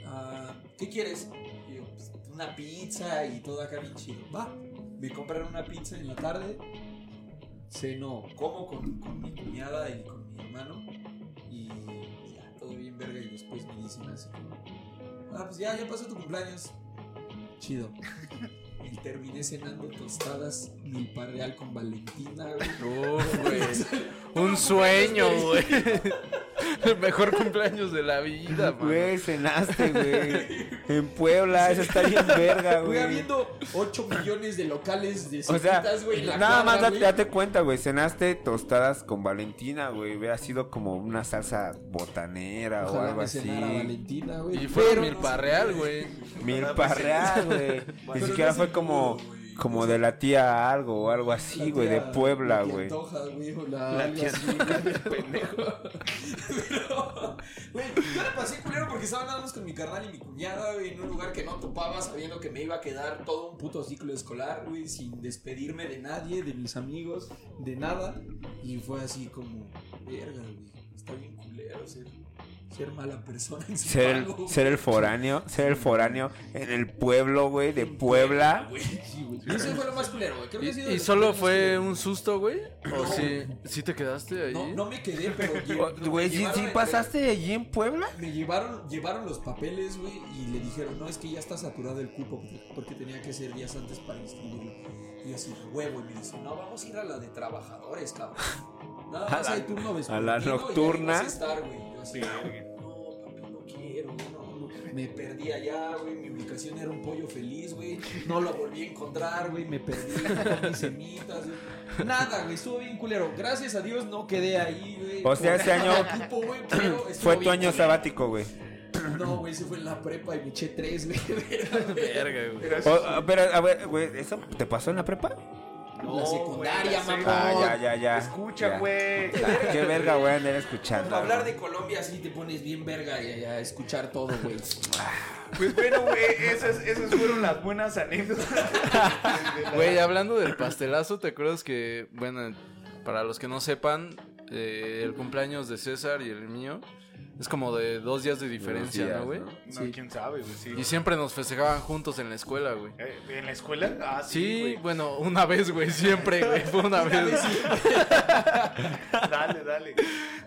Speaker 4: ah, ¿qué quieres? Y yo, "Pues, una pizza y todo acá bien chido. Va, me compraron una pizza en la tarde, ceno, como con, con mi cuñada y con mi hermano y ya, todo bien verga y después me dicen así como, ah, pues ya, ya pasó tu cumpleaños. Chido. Y terminé cenando tostadas milpa real con Valentina, güey.
Speaker 3: Uf, güey.
Speaker 4: Todo
Speaker 3: Un sueño,
Speaker 4: cumpleaños,
Speaker 3: güey. El mejor cumpleaños de la vida, güey.
Speaker 2: Güey, cenaste, güey. En Puebla, Ah, eso está bien verga,
Speaker 4: Güey,
Speaker 2: güey.
Speaker 4: habiendo 8 millones de locales de
Speaker 2: O sea,
Speaker 4: sopitas, güey. en la
Speaker 2: nada
Speaker 4: cuadra,
Speaker 2: más date,
Speaker 4: güey.
Speaker 2: date cuenta, güey. Cenaste tostadas con Valentina, güey. Hubiera sido como una salsa botanera o
Speaker 4: Ojalá
Speaker 2: algo
Speaker 4: me cenara
Speaker 2: así.
Speaker 4: Valentina, güey.
Speaker 3: Y fue
Speaker 4: pero no
Speaker 3: milpa
Speaker 4: se
Speaker 3: real,
Speaker 4: puede.
Speaker 3: güey.
Speaker 2: Milpa real, güey. Ni
Speaker 4: no
Speaker 2: siquiera
Speaker 4: se
Speaker 2: fue como,
Speaker 4: pudo, güey.
Speaker 2: como de la tía algo o algo
Speaker 4: La
Speaker 2: así, güey, de
Speaker 4: tía- la
Speaker 2: Puebla,
Speaker 4: tía
Speaker 2: güey.
Speaker 4: Antoja, güey, o la,
Speaker 1: La
Speaker 4: algo
Speaker 1: tía
Speaker 4: así, Pero, güey, yo la pasé culero porque estaba nada más con mi carnal y mi cuñada, güey, en un lugar que no topaba, sabiendo que me iba a quedar todo un puto ciclo escolar, güey, sin despedirme de nadie, de mis amigos, de nada. Y fue así como, verga, güey, está bien culero ser, ser mala persona en su
Speaker 2: Ser
Speaker 4: pago,
Speaker 2: el,
Speaker 4: güey".
Speaker 2: ser el foráneo, ser el foráneo en el pueblo, güey, de Puebla.
Speaker 4: Güey, sí, güey. Y Eso fue lo más culero, güey. Creo que ha sido
Speaker 3: ¿Y,
Speaker 4: de
Speaker 3: y
Speaker 4: los
Speaker 3: solo
Speaker 4: primeros
Speaker 3: fue
Speaker 4: que-
Speaker 3: un susto, güey? ¿O
Speaker 4: No.
Speaker 3: sí, sí te quedaste ahí?
Speaker 4: No, no me quedé, pero.
Speaker 2: Oh,
Speaker 4: lle-
Speaker 2: Güey,
Speaker 4: me
Speaker 2: ¿sí,
Speaker 4: llevaron
Speaker 2: sí
Speaker 4: entre-
Speaker 2: pasaste allí en Puebla?
Speaker 4: Me llevaron, llevaron los papeles, güey, y le dijeron, no, es que ya está saturado el cupo, porque- porque tenía que ser días antes para inscribirlo. Y yo así, huevo, y me dice, no, vamos a ir a la de trabajadores, cabrón. Nada más
Speaker 2: la-
Speaker 4: hay turno
Speaker 2: a la
Speaker 4: vespertino y ahí
Speaker 2: nocturna.
Speaker 4: vas a estar, güey. Yo así,
Speaker 1: Verga.
Speaker 4: no, papi, no quiero, no, no. Me perdí allá, güey. Mi ubicación era un pollo feliz, güey. No lo volví a encontrar, güey. Me perdí con mis semitas, güey. Nada, güey. Estuvo bien culero. Gracias a Dios no quedé ahí, güey.
Speaker 2: O sea, ese año
Speaker 4: Me ocupo, güey, pero estuvo
Speaker 2: Fue tu
Speaker 4: bien
Speaker 2: año
Speaker 4: culero.
Speaker 2: sabático, güey.
Speaker 4: No, güey, se fue en la prepa y me eché tres, güey.
Speaker 3: Verga, güey.
Speaker 1: Gracias.
Speaker 2: O- o- pero, a ver, güey, ¿eso te pasó en la prepa?
Speaker 4: la secundaria,
Speaker 1: güey,
Speaker 4: mamón.
Speaker 2: Ah, ya, ya, ya.
Speaker 1: Escucha,
Speaker 2: Ya.
Speaker 1: güey.
Speaker 2: Ah, Qué verga, güey, andar escuchando.
Speaker 4: Cuando hablar de Colombia así te pones bien verga y a escuchar todo, güey.
Speaker 1: Pues bueno, güey, esas, esas fueron las buenas anécdotas. de la-
Speaker 3: Güey, hablando del pastelazo, ¿te acuerdas que, bueno, para los que no sepan, eh, el cumpleaños de César y el mío es como de dos días de diferencia,
Speaker 2: días,
Speaker 3: ¿no, güey?
Speaker 2: ¿no?
Speaker 1: No,
Speaker 4: Sí.
Speaker 1: quién sabe, güey, sí.
Speaker 3: Y siempre nos festejaban juntos en la escuela, güey.
Speaker 1: Eh, ¿En la escuela? Ah, sí,
Speaker 3: Sí,
Speaker 1: güey.
Speaker 3: bueno, una vez, güey, siempre, güey, fue una vez.
Speaker 1: Dale, dale.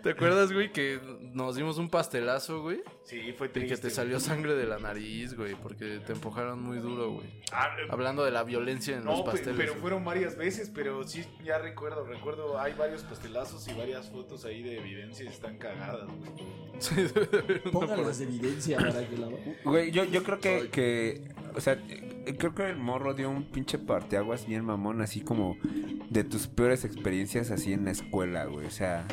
Speaker 3: ¿Te acuerdas, güey, que nos dimos un pastelazo, güey?
Speaker 1: Sí, fue
Speaker 3: Y
Speaker 1: triste.
Speaker 3: que te
Speaker 1: güey.
Speaker 3: salió sangre de la nariz, güey, porque te empujaron muy duro, güey.
Speaker 1: Ah, eh,
Speaker 3: Hablando de la violencia en los
Speaker 1: no, pe-
Speaker 3: pasteles.
Speaker 1: pero
Speaker 3: güey.
Speaker 1: fueron varias veces, pero sí, ya recuerdo, recuerdo, hay varios pastelazos y varias fotos ahí de evidencia y están cagadas, güey.
Speaker 3: Sí, debe haber una por-
Speaker 4: Pónganlas de evidencia para que la...
Speaker 2: Güey, yo, yo creo que, que. O sea, eh, creo que el morro dio un pinche parteaguas bien mamón, así como de tus peores experiencias así en la escuela, güey. O sea.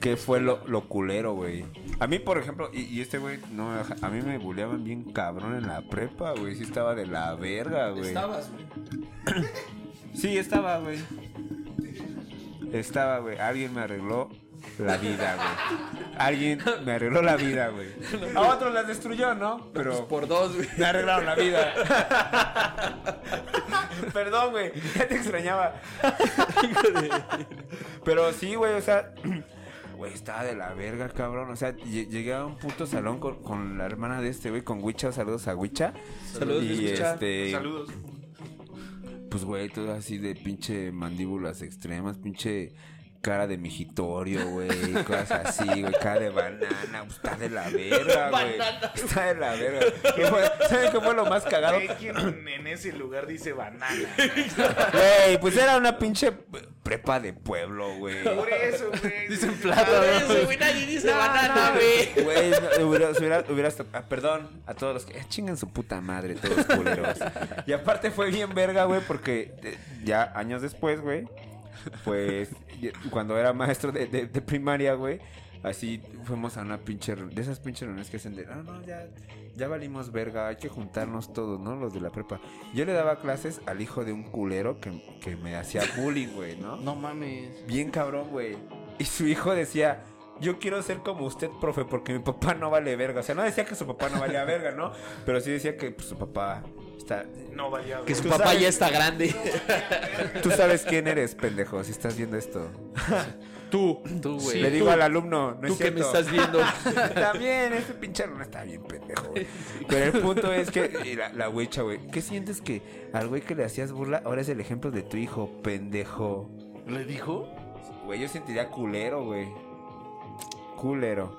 Speaker 2: ¿Qué fue lo, lo culero, güey? A mí, por ejemplo, y, y este güey, no, a mí me buleaban bien cabrón en la prepa, güey. Sí estaba de la verga, güey.
Speaker 4: Estabas, güey.
Speaker 2: Sí, estaba, güey. Estaba, güey. Alguien me arregló la vida, güey. Alguien me arregló la vida, güey. A otros las destruyó, ¿no?
Speaker 3: Pues
Speaker 2: Pero
Speaker 4: Por dos, güey.
Speaker 2: me arreglaron la vida. Perdón, güey. Ya te extrañaba. Pero sí, güey, o sea... Güey, estaba de la verga, cabrón. O sea, lle- llegué a un puto salón con, con la hermana de este, güey, con Huicha. Saludos a Huicha.
Speaker 4: Saludos,
Speaker 2: y
Speaker 4: Huicha.
Speaker 2: este,
Speaker 1: Saludos.
Speaker 2: pues, güey, todo así de pinche mandíbulas extremas, pinche cara de mijitorio, güey, cosas así, güey, cara de banana, pues, está de la verga, güey. Está de la verga. ¿Qué fue- ¿Sabes qué fue lo más cagado?
Speaker 1: Hay quien en ese lugar dice banana.
Speaker 2: Güey, pues era una pinche prepa de pueblo, güey.
Speaker 1: Por eso, güey.
Speaker 3: Dicen plátano.
Speaker 4: Ah, güey, nadie dice banana, güey.
Speaker 2: Güey, no, hubiera, se hubiera- hubiera hasta- ah, perdón a todos los que. ah, chingan su puta madre, todos culeros. Y aparte fue bien verga, güey, porque eh, ya años después, güey, pues ya- cuando era maestro de, de- de primaria, güey, Así fuimos a una pinche. re- De esas pinches reuniones que hacen de. No, no, ya, ya valimos verga. Hay que juntarnos todos, ¿no? Los de la prepa. Yo le daba clases al hijo de un culero que, que me hacía bullying, güey, ¿no?
Speaker 3: No mames.
Speaker 2: Bien cabrón, güey. Y su hijo decía, yo quiero ser como usted, profe, porque mi papá no vale verga. O sea, no decía que su papá no valía verga, ¿no? Pero sí decía que pues, su papá está...
Speaker 1: No valía verga.
Speaker 2: Que su
Speaker 5: Tu
Speaker 2: Tú
Speaker 5: papá
Speaker 2: sabes-
Speaker 5: ya está grande.
Speaker 2: Tú sabes quién eres, pendejo, si estás viendo esto.
Speaker 5: Tú,
Speaker 3: Tú, güey.
Speaker 2: Le digo
Speaker 5: tú.
Speaker 2: al alumno, no es
Speaker 5: tú que me
Speaker 2: cierto.
Speaker 5: estás viendo.
Speaker 2: También, ese pinche no está bien pendejo, güey. Pero el punto es que, y la, la huicha, güey, ¿qué sientes que al güey que le hacías burla ahora es el ejemplo de tu hijo, pendejo?
Speaker 3: ¿Le dijo?
Speaker 2: Güey, yo sentiría culero, güey. Culero.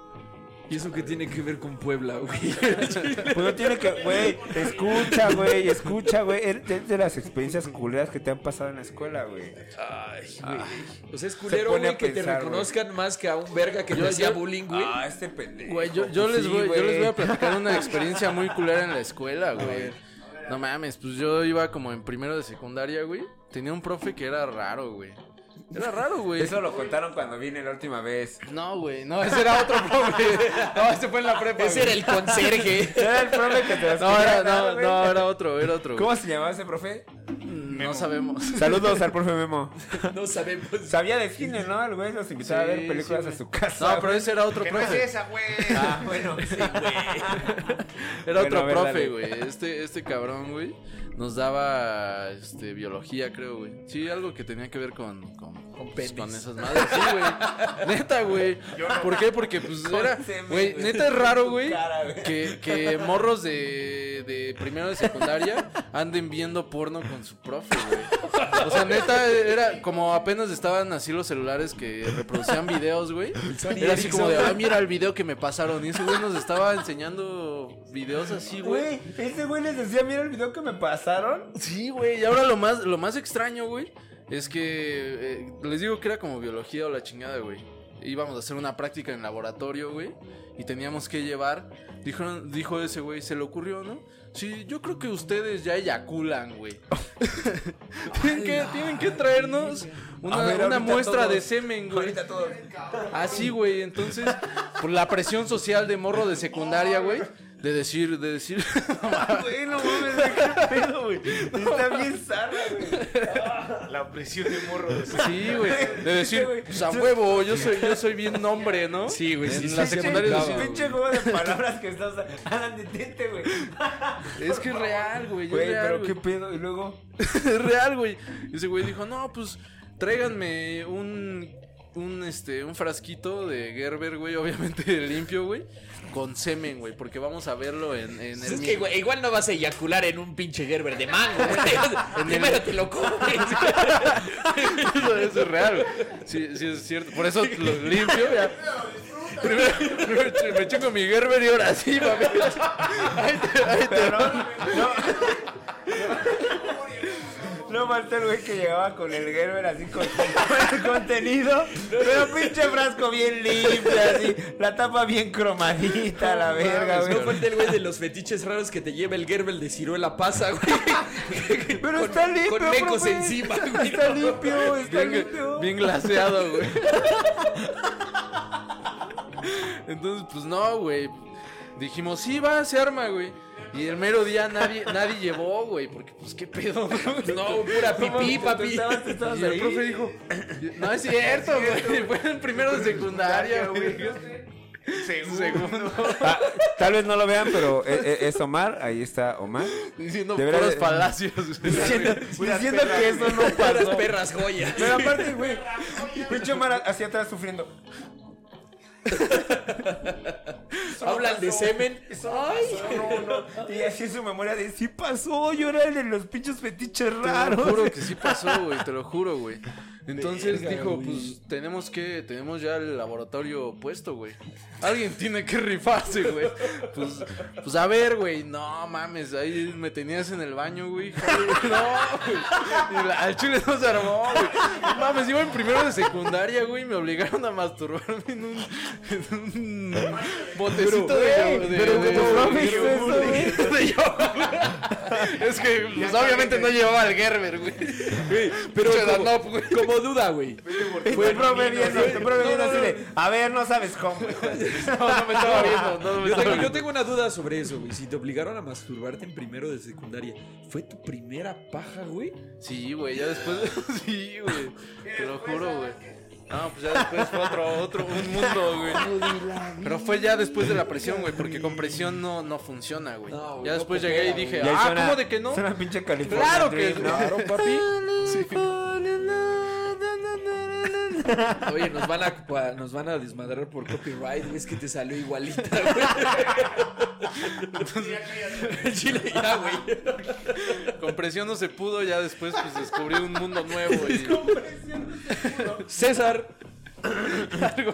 Speaker 4: ¿Y eso qué tiene que ver con Puebla, güey?
Speaker 2: Pues no tiene que, güey, escucha, güey, escucha, güey. Es es de las experiencias culeras que te han pasado en la escuela, güey.
Speaker 4: Ay, güey. O sea, es
Speaker 2: Se
Speaker 4: culero,
Speaker 2: pone a
Speaker 4: güey, que te
Speaker 2: pensar, güey.
Speaker 4: reconozcan más que a un verga que te hacía
Speaker 3: yo-
Speaker 4: bullying, güey.
Speaker 2: este pendejo.
Speaker 3: Güey, yo, yo
Speaker 2: Pues
Speaker 3: les
Speaker 2: sí,
Speaker 3: voy, yo
Speaker 2: güey.
Speaker 3: les voy a platicar una experiencia muy culera en la escuela, güey. No mames, pues yo iba como en primero de secundaria, güey. Tenía un profe que era raro, güey. Era raro, güey.
Speaker 2: Eso lo contaron cuando vine la última vez.
Speaker 3: No, güey, no, ese era otro profe. No, ese fue en la prepa.
Speaker 5: Ese era el conserje.
Speaker 2: Era el profe que te las
Speaker 3: No,
Speaker 2: quería
Speaker 3: era,
Speaker 2: dar,
Speaker 3: no,
Speaker 2: güey.
Speaker 3: no, era otro, era otro. güey.
Speaker 2: ¿Cómo se llamaba ese profe?
Speaker 3: No sabemos.
Speaker 2: Saludos al profe Memo.
Speaker 4: No sabemos.
Speaker 2: Sabía de cine, ¿no? El güey los invitaba a
Speaker 3: Sí,
Speaker 2: ver películas
Speaker 3: sí,
Speaker 2: a
Speaker 3: güey.
Speaker 2: su casa.
Speaker 3: No, pero ese era otro
Speaker 1: Que no es
Speaker 3: profe.
Speaker 1: esa, güey.
Speaker 2: Ah, bueno, sí, güey.
Speaker 3: Era
Speaker 2: Bueno, a
Speaker 3: otro
Speaker 2: ver, dale.
Speaker 3: profe, güey. Este, este cabrón, güey, nos daba este, biología, creo, güey. Sí, algo que tenía que ver con, con, pues, con esas madres. Sí, güey. Neta, güey. ¿Por qué? Porque, pues, era.
Speaker 2: semen,
Speaker 3: Güey,
Speaker 2: güey.
Speaker 3: neta es raro, güey,
Speaker 2: cara, güey.
Speaker 3: que, que morros de, de primero de secundaria anden viendo porno con su profe, güey. O sea, neta, era como apenas estaban así los celulares que reproducían videos, güey. Era así como de, ay, Ah, mira el video que me pasaron. Y ese güey nos estaba enseñando videos así, güey.
Speaker 2: Güey, ese güey les decía, mira el video que me pasaron.
Speaker 3: Sí, güey. Y ahora lo más, lo más extraño, güey, es que eh, les digo que era como biología o la chingada, güey. Íbamos a hacer una práctica en laboratorio, güey. Y teníamos que llevar. Dijo, dijo ese güey, se le ocurrió, ¿no? Sí, yo creo que ustedes ya eyaculan, güey. tienen, que, tienen que traernos una,
Speaker 2: A ver,
Speaker 3: una
Speaker 2: ahorita
Speaker 3: muestra
Speaker 2: todos-
Speaker 3: de semen, güey.
Speaker 2: Ahorita todo.
Speaker 3: Así, Ah, güey, entonces, por la presión social de morro de secundaria, güey, de decir, de decir,
Speaker 2: Güey, no mames, qué pedo, güey. Está bien zarra, güey.
Speaker 1: La presión de morro.
Speaker 3: sí, güey, de decir, pues a huevo, yo soy, yo soy bien hombre, ¿no? Sí, güey, en la secundaria
Speaker 2: Pinche-
Speaker 3: decían,
Speaker 2: Pinche juego de palabras que estás. Alan, detente, güey.
Speaker 3: es que es real, güey, es
Speaker 2: Güey,
Speaker 3: real,
Speaker 2: pero
Speaker 3: güey.
Speaker 2: qué pedo. Y luego.
Speaker 3: es real, güey. Y ese güey dijo, no, pues tráiganme un, un, este, un frasquito de Gerber, güey, obviamente limpio, güey, con semen, güey, porque vamos a verlo en, en el...
Speaker 5: Es que, güey, igual no vas a eyacular en un pinche Gerber de mango, güey. Primero te lo comes.
Speaker 3: Eso, eso es real, güey. Sí, sí, es cierto. Por eso lo limpio, ya. Primero, primero ch- me chingo mi Gerber y ahora sí, mami. Ahí te, ahí te va.
Speaker 2: No falta el güey que llegaba con el Gerber así con, con el contenido. Pero pinche frasco bien limpio, así. La tapa bien cromadita, la verga,
Speaker 4: No
Speaker 2: güey.
Speaker 4: falta el güey de los fetiches raros que te lleva el Gerber de ciruela pasa, güey.
Speaker 2: Pero está limpio,
Speaker 4: Con mecos
Speaker 2: profe.
Speaker 4: encima, güey.
Speaker 2: Está limpio, está
Speaker 3: Bien,
Speaker 2: limpio.
Speaker 3: bien glaseado, güey. Entonces, pues no, güey. Dijimos, sí, va, se arma, güey. Y el mero día nadie, nadie llevó, güey. Porque, pues, qué pedo, güey?
Speaker 5: No, pura pipí, papi.
Speaker 3: Y el profe dijo, no es cierto, güey. Fue en primero de secundaria, güey.
Speaker 1: Seguro.
Speaker 3: Segundo.
Speaker 2: Ah, tal vez no lo vean, pero eh, eh, es Omar. Ahí está Omar.
Speaker 3: Diciendo
Speaker 2: Debería
Speaker 3: puros
Speaker 2: de-
Speaker 3: palacios. güey.
Speaker 2: Diciendo, diciendo que eso no
Speaker 5: Puras
Speaker 2: pasó.
Speaker 5: perras joyas.
Speaker 2: Pero aparte, güey, pinche Omar hacia atrás sufriendo.
Speaker 5: Hablan de semen. Ay.
Speaker 2: No, no. Y así en su memoria de sí pasó, yo era el de los pinches fetiches
Speaker 3: Te lo
Speaker 2: raros.
Speaker 3: juro que sí pasó, güey, te lo juro, güey. Entonces
Speaker 4: Verga,
Speaker 3: dijo,
Speaker 4: güey.
Speaker 3: pues tenemos que, tenemos ya el laboratorio puesto, güey. Alguien tiene que rifarse, güey. Pues, pues a ver, güey, no mames, ahí me tenías en el baño, güey. joder, No, güey. Y la- al chile no se armó, güey. No Mames, iba en primero de secundaria, güey, y me obligaron a masturbarme en un, en un botecito de, de, de,
Speaker 2: pero
Speaker 3: de-
Speaker 2: como
Speaker 3: de-
Speaker 2: mames,
Speaker 3: de-
Speaker 2: eso, güey.
Speaker 3: de- de-
Speaker 5: Es que, pues, obviamente no llevaba al Gerber, güey.
Speaker 4: Pero
Speaker 5: Pinche
Speaker 4: como,
Speaker 5: Danop, güey.
Speaker 4: como duda, güey.
Speaker 2: Fue el profe viendo, el profe viendo así de, a ver, no sabes cómo.
Speaker 5: No, no me estaba viendo. No, me
Speaker 4: Yo
Speaker 5: estaba
Speaker 4: tengo, yo
Speaker 5: viendo.
Speaker 4: tengo una duda sobre eso, güey. Si te obligaron a masturbarte en primero de secundaria, ¿fue tu primera paja, güey?
Speaker 3: Sí, güey, ya después. sí, güey. Te lo juro, güey. No, pues ya después fue otro, otro, un mundo, güey. Pero fue ya después de la presión, güey, porque con presión no, no funciona, güey.
Speaker 4: No, güey,
Speaker 3: ya
Speaker 4: no
Speaker 3: después
Speaker 4: coopera,
Speaker 3: llegué y
Speaker 4: güey.
Speaker 3: dije,
Speaker 2: Y ahí
Speaker 3: ah,
Speaker 2: suena-
Speaker 3: ¿cómo de que no?
Speaker 2: Suena pinche California.
Speaker 3: Claro que
Speaker 2: Dream, ¿no?
Speaker 3: papi.
Speaker 4: Oye, nos van a, pa- nos van a desmadrar por copyright, güey. Es que te salió igualita, güey. El Chile, ya, güey.
Speaker 3: Con presión no se pudo, ya después pues descubrí un mundo nuevo. Y...
Speaker 4: César,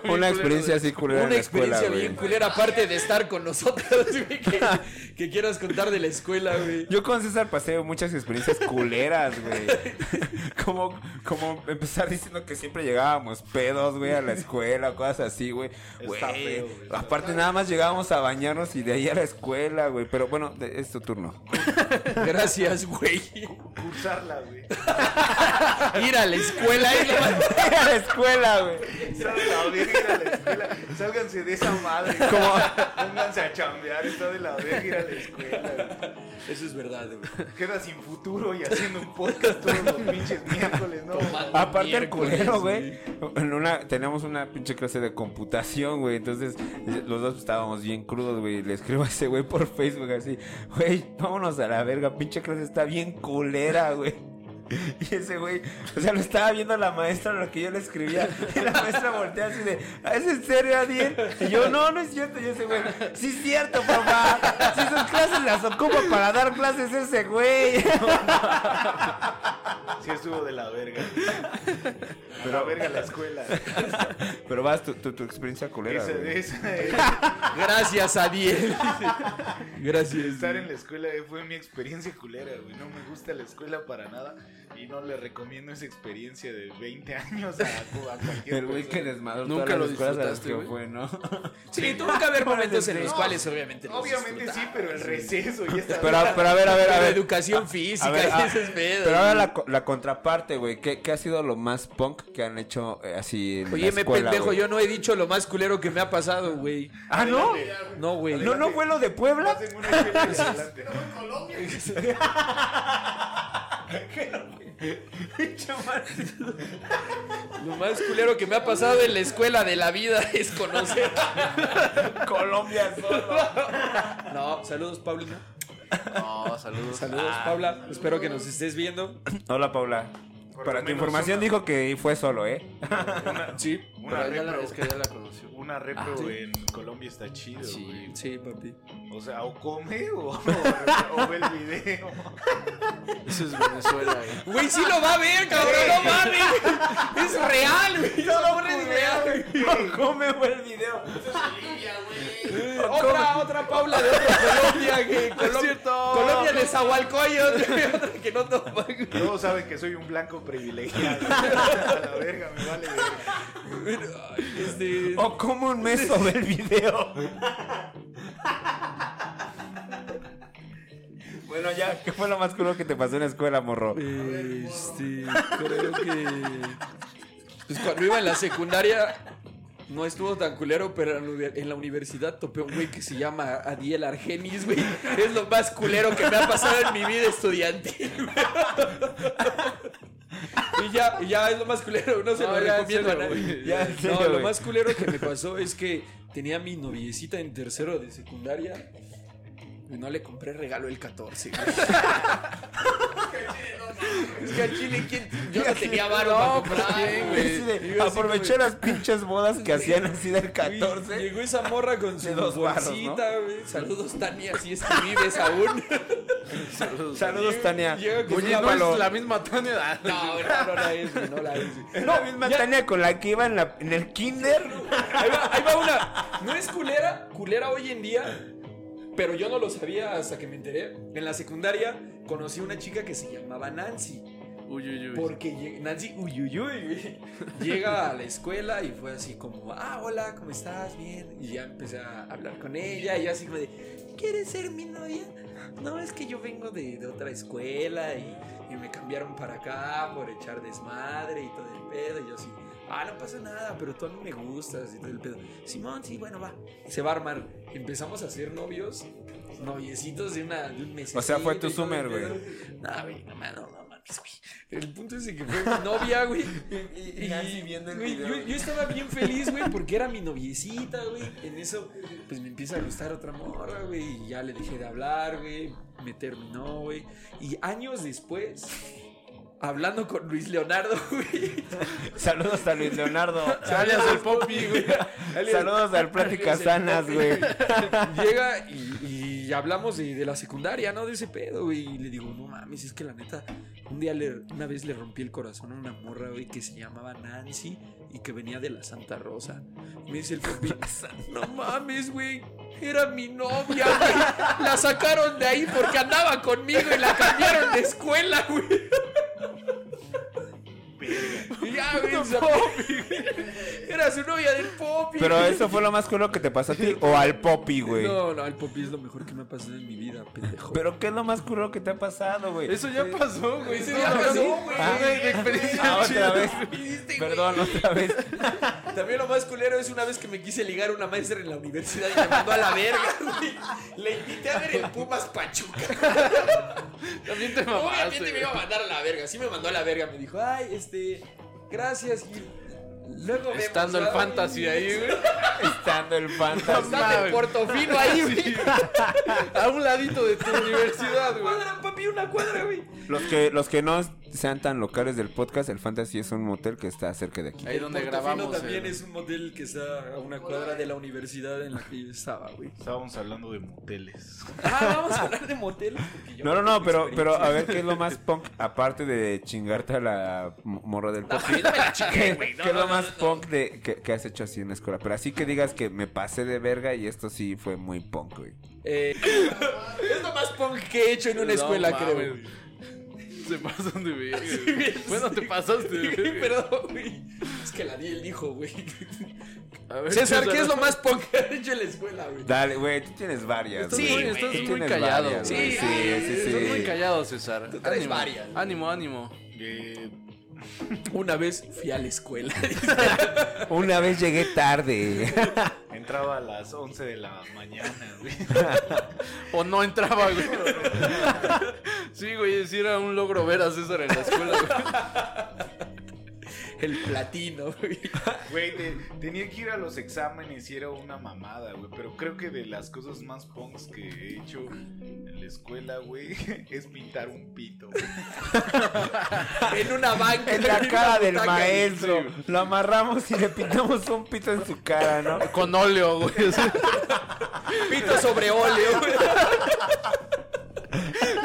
Speaker 2: Una experiencia así culera en
Speaker 4: una
Speaker 2: la escuela,
Speaker 4: experiencia bien
Speaker 2: güey.
Speaker 4: culera, aparte de estar con nosotros, güey, que, que quieras contar de la escuela, güey.
Speaker 2: Yo con César pasé muchas experiencias culeras, güey. Como, como empezar diciendo que siempre llegábamos pedos, güey, a la escuela, cosas así, güey.
Speaker 1: Está
Speaker 2: Güey,
Speaker 1: feo, güey.
Speaker 2: Aparte, nada más llegábamos a bañarnos y de ahí a la escuela, güey. Pero bueno, de- es tu turno.
Speaker 4: Gracias, güey.
Speaker 1: Cursarla, güey.
Speaker 4: Ir a la escuela y
Speaker 2: a la escuela, güey.
Speaker 1: Salgan a la verga, ir a la escuela. Sálganse de esa madre. güey. Pónganse a chambear. Está de la verga ir a la escuela, güey.
Speaker 4: Eso es verdad, güey.
Speaker 1: Queda sin futuro y haciendo un podcast todos los pinches miércoles, ¿no?
Speaker 2: Aparte el
Speaker 4: Miércoles,
Speaker 2: culero, güey. En una, teníamos una pinche clase de computación, güey. Entonces, los dos estábamos bien crudos, güey. Le escribo a ese güey por Facebook así, güey, vámonos a la verga, pinche clase está bien culera, güey. Y ese güey, o sea, lo estaba viendo la maestra lo que yo le escribía. Y la maestra voltea así de, "Ah, ¿es en serio, Adiel? Y yo, no, no es cierto. Y ese güey, sí es cierto, papá. Si sus clases las ocupa para dar clases ese güey.
Speaker 1: Sí estuvo de la verga. Pero la verga la escuela.
Speaker 2: Pero vas, tu, tu, tu experiencia culera,
Speaker 1: Esa,
Speaker 2: güey.
Speaker 1: esa es-
Speaker 4: Gracias, Adiel. Gracias.
Speaker 1: Estar en la escuela eh, fue mi experiencia culera, güey. No me gusta la escuela para nada y no le recomiendo esa experiencia de 20 años a, a cualquier
Speaker 2: El güey que
Speaker 1: persona.
Speaker 2: desmadró
Speaker 3: Nunca
Speaker 2: todas
Speaker 3: lo
Speaker 2: las escuelas a las
Speaker 3: disfrutaste,
Speaker 2: que
Speaker 3: güey.
Speaker 2: fue, ¿no?
Speaker 4: Sí, tuvo que haber momentos en los
Speaker 1: No,
Speaker 4: cuales obviamente los
Speaker 1: Obviamente sí,
Speaker 4: disfrutabas,
Speaker 1: pero el
Speaker 4: güey.
Speaker 1: receso y esta
Speaker 2: Pero, a- pero a ver, a ver, a
Speaker 4: Pero
Speaker 2: ver.
Speaker 4: educación física
Speaker 2: A ver, a-
Speaker 4: y esas pedas.
Speaker 2: pero ahora la, co- la contraparte, güey. ¿Qué, qué ha sido lo más punk que han hecho eh, así en la
Speaker 4: Oye, me
Speaker 2: escuela,
Speaker 4: pendejo,
Speaker 2: güey?
Speaker 4: yo no he dicho lo más culero que me ha pasado, güey.
Speaker 2: ¿Ah, no?
Speaker 4: No, güey.
Speaker 2: ¿No, no fue lo de Puebla?
Speaker 1: Pasen una escuela y adelante.
Speaker 4: Lo más culero que me ha pasado en la escuela de la vida es conocer.
Speaker 2: Colombia solo.
Speaker 4: No, saludos, Paulina.
Speaker 3: No, saludos.
Speaker 4: Saludos, Paula. Espero que nos estés viendo.
Speaker 2: Hola, Paula.
Speaker 1: Por
Speaker 2: Para
Speaker 1: lo
Speaker 2: tu
Speaker 1: menos
Speaker 2: información
Speaker 1: una.
Speaker 2: dijo que fue solo, ¿eh?
Speaker 4: Sí.
Speaker 1: Una
Speaker 3: Pero ya la,
Speaker 1: repro,
Speaker 3: es que ya la conoció.
Speaker 1: una repro
Speaker 2: Ah,
Speaker 1: en Colombia está chido, güey.
Speaker 4: Sí, papi.
Speaker 1: O sea, o come o, o ve el video.
Speaker 3: Eso es Venezuela, güey.
Speaker 4: Güey, sí lo va a ver, cabrón, no mames. Es real, güey. No lo es real.
Speaker 2: ¿Cómo fue el video?
Speaker 4: Otra, otra Paula de otra Colombia, que Colombia, Colombia de Zahualcoyot, güey, otra que no toma, güey.
Speaker 1: Todos saben que soy un blanco privilegiado. A la verga, me vale verga.
Speaker 4: Este,
Speaker 2: ¿O Oh, cómo un mes sobre el video? bueno, ya, ¿qué fue lo más culo que te pasó en la escuela, morro?
Speaker 4: Este, creo que. Pues cuando iba en la secundaria no estuvo tan culero, pero en la uni- en la universidad topé un güey que se llama Adiel Argenis, güey. Es lo más culero que me ha pasado en mi vida estudiantil, güey. Y ya, y ya es lo más culero, no se
Speaker 3: No,
Speaker 4: lo
Speaker 3: ya, en
Speaker 4: recomiendo a
Speaker 3: serio,
Speaker 4: nadie.
Speaker 3: güey.
Speaker 2: Ya, en serio,
Speaker 4: no, lo
Speaker 2: güey.
Speaker 4: más culero que me pasó es que tenía mi noviecita en tercero de secundaria y no le compré regalo el 14, güey. Es que al chile, ¿quién? Yo no tenía varo para
Speaker 3: pues,
Speaker 4: comprar,
Speaker 2: Así de,
Speaker 4: güey. Yo así
Speaker 2: aproveché
Speaker 4: como-
Speaker 2: las pinches bodas que hacían así del
Speaker 4: Güey,
Speaker 2: 14.
Speaker 4: Llegó esa morra con su
Speaker 2: De dos barros,
Speaker 4: bolsita, güey. Saludos, Tania, si es que vives aún.
Speaker 3: Saludos.
Speaker 2: Saludos, Tania.
Speaker 4: Llega con
Speaker 2: Oye,
Speaker 4: una
Speaker 2: no es
Speaker 3: la
Speaker 2: la,
Speaker 3: misma Tania.
Speaker 4: No, no, no la es, güey, no la es. güey.
Speaker 2: la misma
Speaker 4: ya-
Speaker 2: Tania con la que iba en, la- en el kinder.
Speaker 4: Ahí va, ahí va una. No es culera, culera hoy en día. Pero yo no lo sabía hasta que me enteré. En la secundaria conocí a una chica que se llamaba Nancy.
Speaker 3: Uy, uy, uy.
Speaker 4: Porque lleg- Nancy, uy, uy, uy, güey, llega a la escuela y fue así como, ah, hola, ¿cómo estás? Bien. Y ya empecé a hablar con ella y yo así como de, ¿quieres ser mi novia? No, es que yo vengo de, de otra escuela y, y me cambiaron para acá por echar desmadre y todo el pedo. Y yo así, ah, no pasa nada, pero tú a mí me gustas y todo el pedo. Simón, sí, bueno, va. Se va a armar.
Speaker 6: Empezamos a ser novios, noviecitos de, una, de un mes.
Speaker 2: O sea, fue tu summer, güey.
Speaker 4: No, güey, no mames, no mames, güey. El punto es de que fue mi novia, güey.
Speaker 6: Y, Nancy viendo el
Speaker 4: güey,
Speaker 6: video,
Speaker 4: yo,
Speaker 6: güey.
Speaker 4: yo estaba bien feliz, güey, porque era mi noviecita, güey. En eso, pues me empieza a gustar otra morra, güey. Y ya le dejé de hablar, güey. Me terminó, güey. Y años después, hablando con Luis Leonardo, güey.
Speaker 2: Saludos a Luis Leonardo.
Speaker 1: Alias el Poppy, güey.
Speaker 2: Saludos al Pláticas Sanas, güey.
Speaker 4: Llega y, y hablamos de, de la secundaria, ¿no? De ese pedo, güey. Y le digo, no mames, es que la neta, un día, le- una vez le rompí el corazón a una morra, güey, que se llamaba Nancy y que venía de la Santa Rosa. Y me dice el papi, no mames, güey, era mi novia, güey. La sacaron de ahí porque andaba conmigo y la cambiaron de escuela, güey. Y Ya, güey, su- era su novia del popi.
Speaker 2: Pero eso fue lo más culo que te pasó a ti o al Poppy, güey.
Speaker 4: No, no, el popi es lo mejor que me ha pasado en mi vida, pendejo.
Speaker 2: Pero ¿qué es lo más culo que te ha pasado, güey?
Speaker 1: Eso ya pasó, güey. Eso
Speaker 4: ya pasó,
Speaker 1: güey.
Speaker 2: Ah,
Speaker 1: Güey, de experiencia
Speaker 2: Ah, otra
Speaker 1: chida.
Speaker 2: vez. Perdón, otra vez.
Speaker 4: También lo más culero es una vez que me quise ligar a una maestra en la universidad y me mandó a la verga, güey. Le invité a ver el Pumas Pachuca.
Speaker 3: También te mamaste.
Speaker 4: Obviamente me iba a mandar a la verga. Sí me mandó a la verga. Me dijo, ay, este, gracias, Gil. Luego vemos,
Speaker 3: Estando el
Speaker 4: ¿va?".
Speaker 3: fantasy ahí, güey.
Speaker 2: Estando el fantasma.
Speaker 4: Estando en Portofino ahí, güey.
Speaker 3: A un ladito de tu universidad, güey.
Speaker 4: Cuadra, papi, una cuadra, güey.
Speaker 2: Los que, los que no sean tan locales del podcast, el Fantasy es un motel que está cerca de aquí.
Speaker 3: Ahí donde
Speaker 4: Portofino
Speaker 3: grabamos.
Speaker 4: también
Speaker 3: el-
Speaker 4: es un motel que está a una cuadra de la universidad en la que yo estaba, güey.
Speaker 1: Estábamos hablando de moteles.
Speaker 4: Ah, vamos a hablar de moteles. porque yo
Speaker 2: No, no, no,
Speaker 4: tengo
Speaker 2: pero, pero a
Speaker 4: experiencia.
Speaker 2: ver qué es lo más punk, aparte de chingarte a la mo- morra del
Speaker 4: No,
Speaker 2: Poppy.
Speaker 4: yo no me la chingué,
Speaker 2: ¿Qué,
Speaker 4: güey. No,
Speaker 2: qué es
Speaker 4: no,
Speaker 2: lo
Speaker 4: no,
Speaker 2: más
Speaker 4: no, no.
Speaker 2: punk de, que, que has hecho así en la escuela? Pero así que digas que me pasé de verga y esto sí fue muy punk, güey.
Speaker 4: Eh, es lo más punk que he hecho en una
Speaker 3: No
Speaker 4: escuela,
Speaker 3: mames,
Speaker 4: creo.
Speaker 3: güey. Se pasan de verga.
Speaker 4: Sí,
Speaker 3: güey.
Speaker 4: güey,
Speaker 3: Bueno,
Speaker 4: sí.
Speaker 3: te pasaste de verga.
Speaker 4: Perdón, güey. Es que la di el hijo, güey.
Speaker 3: A ver,
Speaker 4: César, ¿qué es lo más punk que has hecho en la escuela, güey?
Speaker 2: Dale, güey, tú tienes varias.
Speaker 3: Estás
Speaker 4: Sí,
Speaker 2: güey.
Speaker 3: muy, estás
Speaker 2: Tú
Speaker 4: güey.
Speaker 3: muy
Speaker 2: tienes
Speaker 3: callado.
Speaker 2: varias,
Speaker 3: güey.
Speaker 2: güey.
Speaker 4: Sí,
Speaker 2: Sí, sí, sí.
Speaker 3: Estás muy callado, César.
Speaker 4: Tú traes
Speaker 3: Ánimo,
Speaker 4: varias, güey.
Speaker 3: Ánimo, ánimo.
Speaker 1: Eh,
Speaker 4: Una vez fui a la escuela.
Speaker 2: Una vez llegué tarde.
Speaker 1: entraba a las 11 de la mañana, güey.
Speaker 3: O no entraba, güey. Sí, güey, sí era un logro ver a César en la escuela, güey.
Speaker 4: El platino, güey.
Speaker 1: Güey, te- tenía que ir a los exámenes y era una mamada, güey. Pero creo que de las cosas más punks que he hecho en la escuela, güey, es pintar un pito. güey.
Speaker 4: En una banca.
Speaker 2: En la
Speaker 4: una
Speaker 2: cara del
Speaker 4: butaca, güey.
Speaker 2: maestro. Lo amarramos y le pintamos un pito en su cara, ¿no?
Speaker 3: Con óleo, güey.
Speaker 4: Pito sobre óleo, güey.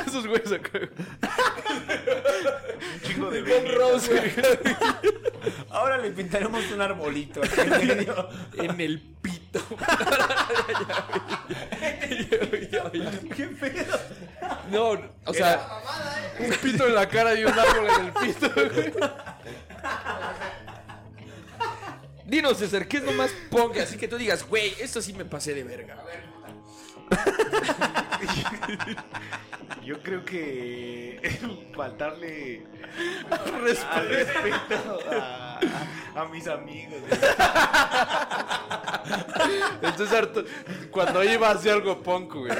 Speaker 3: Esos güeyes acá. güey.
Speaker 1: Chico de
Speaker 4: Con
Speaker 1: venitas,
Speaker 4: Rose, güey.
Speaker 2: Ahora le pintaremos un arbolito. aquí en medio.
Speaker 4: En el pito. ¿Qué pedo? No, o sea,
Speaker 3: Un pito en la cara y un árbol en el pito.
Speaker 4: dinos, César, ¿qué es lo más punk? Así que tú digas, güey, esto sí me pasé de verga.
Speaker 1: Yo creo que faltarle al respeto a, a mis amigos. güey.
Speaker 3: El César, t- cuando iba hacía algo punk, güey.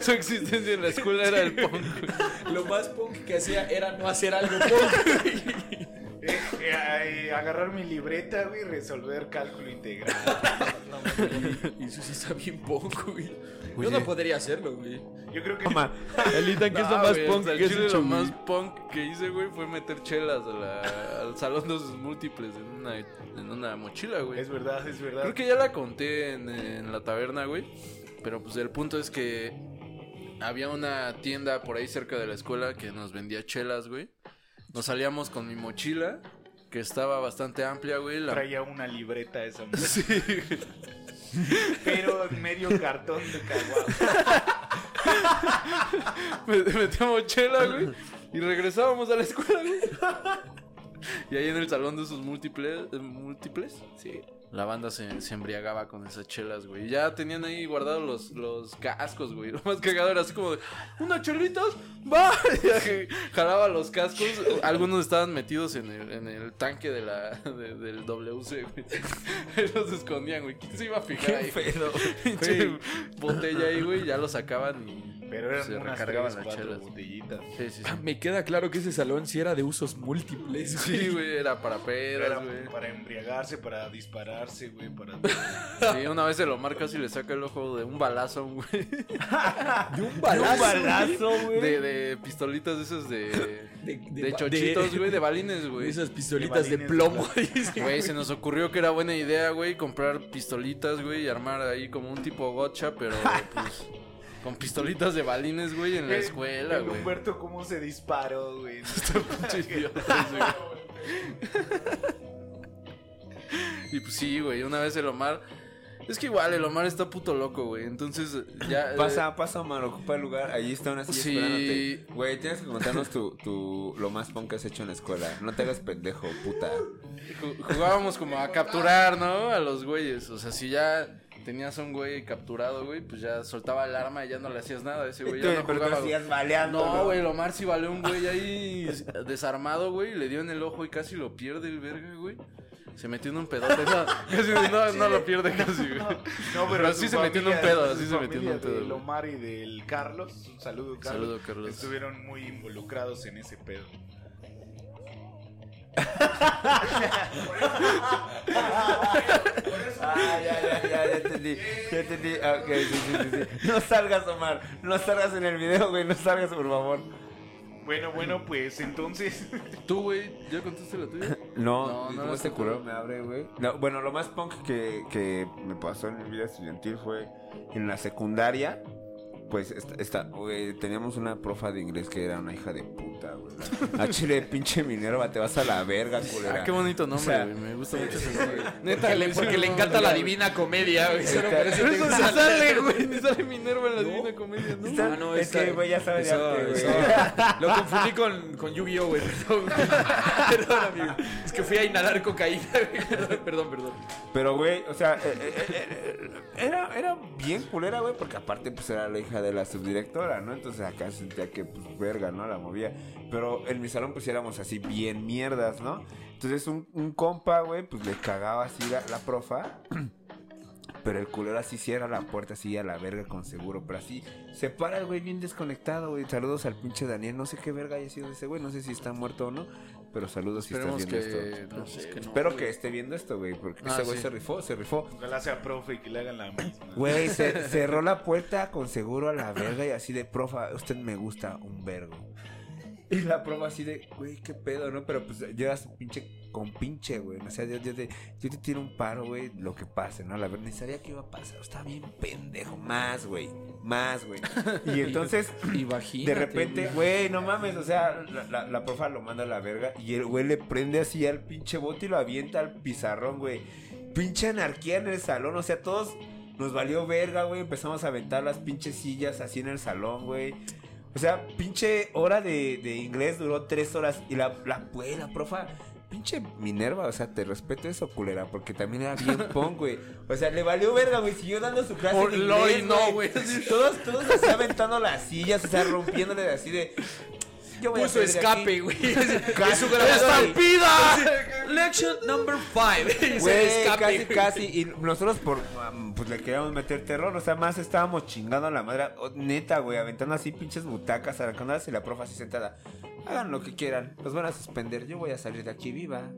Speaker 3: Su existencia en la escuela era el punk, güey.
Speaker 4: Lo más punk que hacía era no hacer algo punk.
Speaker 1: Eh, eh, eh, agarrar mi libreta, güey, y resolver cálculo integral. No, no,
Speaker 4: Y eso sí está bien punk, güey.
Speaker 2: Oye.
Speaker 4: Yo no podría hacerlo, güey.
Speaker 1: no. Yo creo que
Speaker 2: Toma.
Speaker 3: Elita,
Speaker 2: ¿qué es lo más punk que has hecho,
Speaker 3: Lo
Speaker 2: güey?
Speaker 3: más punk que hice, güey, fue meter chelas a la- al salón de los múltiples en una, en una mochila, güey.
Speaker 1: es verdad, es verdad.
Speaker 3: Creo que ya la conté en, en la taberna, güey. Pero pues el punto es que había una tienda por ahí cerca de la escuela que nos vendía chelas, güey. Nos salíamos con mi mochila, que estaba bastante amplia, güey. La...
Speaker 1: traía una libreta esa mujer,
Speaker 3: Sí, güey.
Speaker 1: pero medio cartón de caguama.
Speaker 3: Me- metíamos chela, güey. Y regresábamos a la escuela, güey. Y ahí en el salón de esos eh, múltiples. ¿Múltiples? Sí. La banda se, se embriagaba con esas chelas, güey. Ya tenían ahí guardados los, los cascos, güey. Lo más cagado era así como de, ¡Unas chelitas! ¡Va! Y así, Jalaba los cascos. Algunos estaban metidos en el, en el tanque de la, de- del WC, güey. Ahí Los escondían, güey. ¿Quién se iba a fijar ahí?
Speaker 2: pedo.
Speaker 3: Pinche botella ahí, güey. Ya lo sacaban y
Speaker 1: Pero eran
Speaker 3: se
Speaker 1: unas
Speaker 3: recargaban
Speaker 1: tres,
Speaker 3: las
Speaker 1: cuatro
Speaker 3: chelas.
Speaker 1: botellitas.
Speaker 3: Sí, sí,
Speaker 5: Ah,
Speaker 3: sí.
Speaker 5: Me queda claro que ese salón sí era de usos múltiples.
Speaker 3: Sí, güey, era para
Speaker 1: Pero
Speaker 3: pedas,
Speaker 1: era
Speaker 3: güey.
Speaker 1: para embriagarse, para dispararse, güey, para...
Speaker 3: Sí, una vez se lo marcas y le saca el ojo de un balazo, a un güey.
Speaker 5: De un balazo.
Speaker 2: güey.
Speaker 3: Ah, De, de pistolitas esas de.
Speaker 5: De, de-
Speaker 3: De
Speaker 5: de-
Speaker 3: chochitos, güey, de balines, güey.
Speaker 5: Esas pistolitas de,
Speaker 1: balines,
Speaker 5: plomo.
Speaker 3: Güey, se nos ocurrió que era buena idea, güey, comprar pistolitas, güey, y armar ahí como un tipo gotcha, pero pues. Con pistolitas de balines, güey, en la escuela,
Speaker 1: El
Speaker 3: güey.
Speaker 1: Humberto cómo se disparó, güey.
Speaker 3: Pinches idiotas, güey. Y pues sí, güey, una vez el Omar. Es que igual, el Omar está puto loco, güey. Entonces, ya. eh,
Speaker 2: Pasa, pasa, Omar, ocupa el lugar. Allí está una silla
Speaker 3: Sí.
Speaker 2: esperándote. Güey, tienes que contarnos tu, tu, lo más punk que has hecho en la escuela. No te hagas pendejo, puta.
Speaker 3: Ju- Jugábamos como a capturar, ¿no? A los güeyes. O sea, si ya tenías a un güey capturado, güey, pues ya soltaba el arma y ya no le hacías nada. a Ese güey ya no jugaba. güey. No, güey, Lomar sí valió un güey ahí desarmado, güey. Le dio en el ojo y casi lo pierde el verga, güey. Se metió en un pedote. No, casi, no, no lo pierde casi, güey.
Speaker 1: No,
Speaker 3: Pero sí
Speaker 1: su
Speaker 3: se metió en un
Speaker 1: familia-
Speaker 3: pedo,
Speaker 1: su
Speaker 3: sí se metió en un
Speaker 1: familia
Speaker 3: pedo,
Speaker 1: Del
Speaker 3: güey.
Speaker 1: Omar y del Carlos, un saludo, Carlos.
Speaker 3: Saludo, Carlos.
Speaker 1: Estuvieron muy involucrados en ese pedo.
Speaker 2: Ah, ya, ya, ya, ya entendí. Ya entendí. Ah, ok, sí, sí, sí, sí. No salgas, Omar. No salgas en el video, güey. No salgas, por favor.
Speaker 1: Bueno, bueno, pues entonces.
Speaker 3: Tú, güey, ¿ya contaste la tuya?
Speaker 2: No,
Speaker 3: No,
Speaker 2: ¿y
Speaker 3: no
Speaker 2: ¿cómo
Speaker 3: lo
Speaker 2: este
Speaker 3: escucho.
Speaker 2: curó me abre, güey? No, bueno, lo más punk que, que me pasó en mi vida estudiantil fue en la secundaria. Pues esta, esta- güey, teníamos una profa de inglés que era una hija de puta, güey. A Chile, pinche Minerva, te vas a la verga, culera.
Speaker 3: Ah, qué bonito nombre,
Speaker 2: O sea,
Speaker 3: güey. Me gusta mucho ese nombre.
Speaker 5: Neta, le- porque le encanta la divina comedia, güey. Solo por eso
Speaker 3: Pero
Speaker 5: te
Speaker 3: eso
Speaker 5: gusta.
Speaker 3: ni sale, güey. Ni sale Minerva en la Divina Comedia, ¿no?
Speaker 2: Está-
Speaker 5: Ah, no,
Speaker 2: es
Speaker 5: esa-
Speaker 2: que, güey, ya sabes de
Speaker 5: eso-
Speaker 2: arte, güey.
Speaker 5: eso- Lo confundí con, con Yu-Gi-Oh, güey. Perdón, güey. Perdón, amigo. Es que fui a inhalar cocaína, güey. Perdón, perdón, perdón.
Speaker 2: Pero, güey, o sea, eh, eh, eh, era, era bien culera, güey, porque aparte, pues, era la hija de la subdirectora, ¿no? Entonces, acá sentía que, pues, verga, ¿no? La movía. Pero en mi salón, pues, éramos así bien mierdas, ¿no? Entonces, un, un compa, güey, pues, le cagaba así la, la profa. Pero el culero así cierra la puerta así a la verga con seguro. Pero así se para el güey bien desconectado, güey. Saludos al pinche Daniel. No sé qué verga haya sido ese güey. No sé si está muerto o no. Pero saludos si
Speaker 3: Esperemos
Speaker 2: estás viendo
Speaker 3: que.
Speaker 2: esto.
Speaker 3: No sé, que no.
Speaker 2: Espero que esté viendo esto, güey, porque
Speaker 3: Ah,
Speaker 2: ese güey
Speaker 3: sí.
Speaker 2: se rifó, se rifó.
Speaker 1: Ojalá sea profe y que le hagan la misma.
Speaker 2: Güey, se- cerró la puerta con seguro a la verga y así de, profa, usted me gusta un vergo. Y la profa así de, güey, qué pedo, ¿no? Pero pues yo era su pinche con pinche, güey. O sea, yo, yo, te, yo te tiro un paro, güey, lo que pase, ¿no? La verdad, ni sabía que iba a pasar. Está bien pendejo. Más, güey. Más, güey. Y entonces...
Speaker 5: Imagínate.
Speaker 2: De repente, güey, no mames, o sea, la, la- la profa lo manda a la verga y el güey le prende así al pinche bote y lo avienta al pizarrón, güey. Pinche anarquía en el salón, o sea, todos nos valió verga, güey, empezamos a aventar las pinches sillas así en el salón, güey. O sea, pinche hora de, de inglés duró tres horas y la, la, güey, la profa... Pinche Minerva, o sea, te respeto eso, culera, porque también era bien punk, güey. O sea, le valió verga, güey, siguió dando su clase
Speaker 3: Por
Speaker 2: de inglés,
Speaker 3: Lori, no, güey.
Speaker 2: todos, todos así aventando las sillas, o sea, rompiéndole así de. Yo voy a
Speaker 5: Puso
Speaker 2: salir de
Speaker 5: escape,
Speaker 2: aquí.
Speaker 5: güey. Es su
Speaker 2: Casi,
Speaker 5: grabador.
Speaker 3: ¡Estampida!
Speaker 5: Lection number 5.
Speaker 2: Güey, casi, casi. Y nosotros, por, um, pues le queríamos meter terror. O sea, más estábamos chingando a la madre. oh, neta, güey, aventando así pinches butacas, arrancándolas y la profa así sentada. Hagan lo que quieran. Los van a suspender. Yo voy a salir de aquí viva.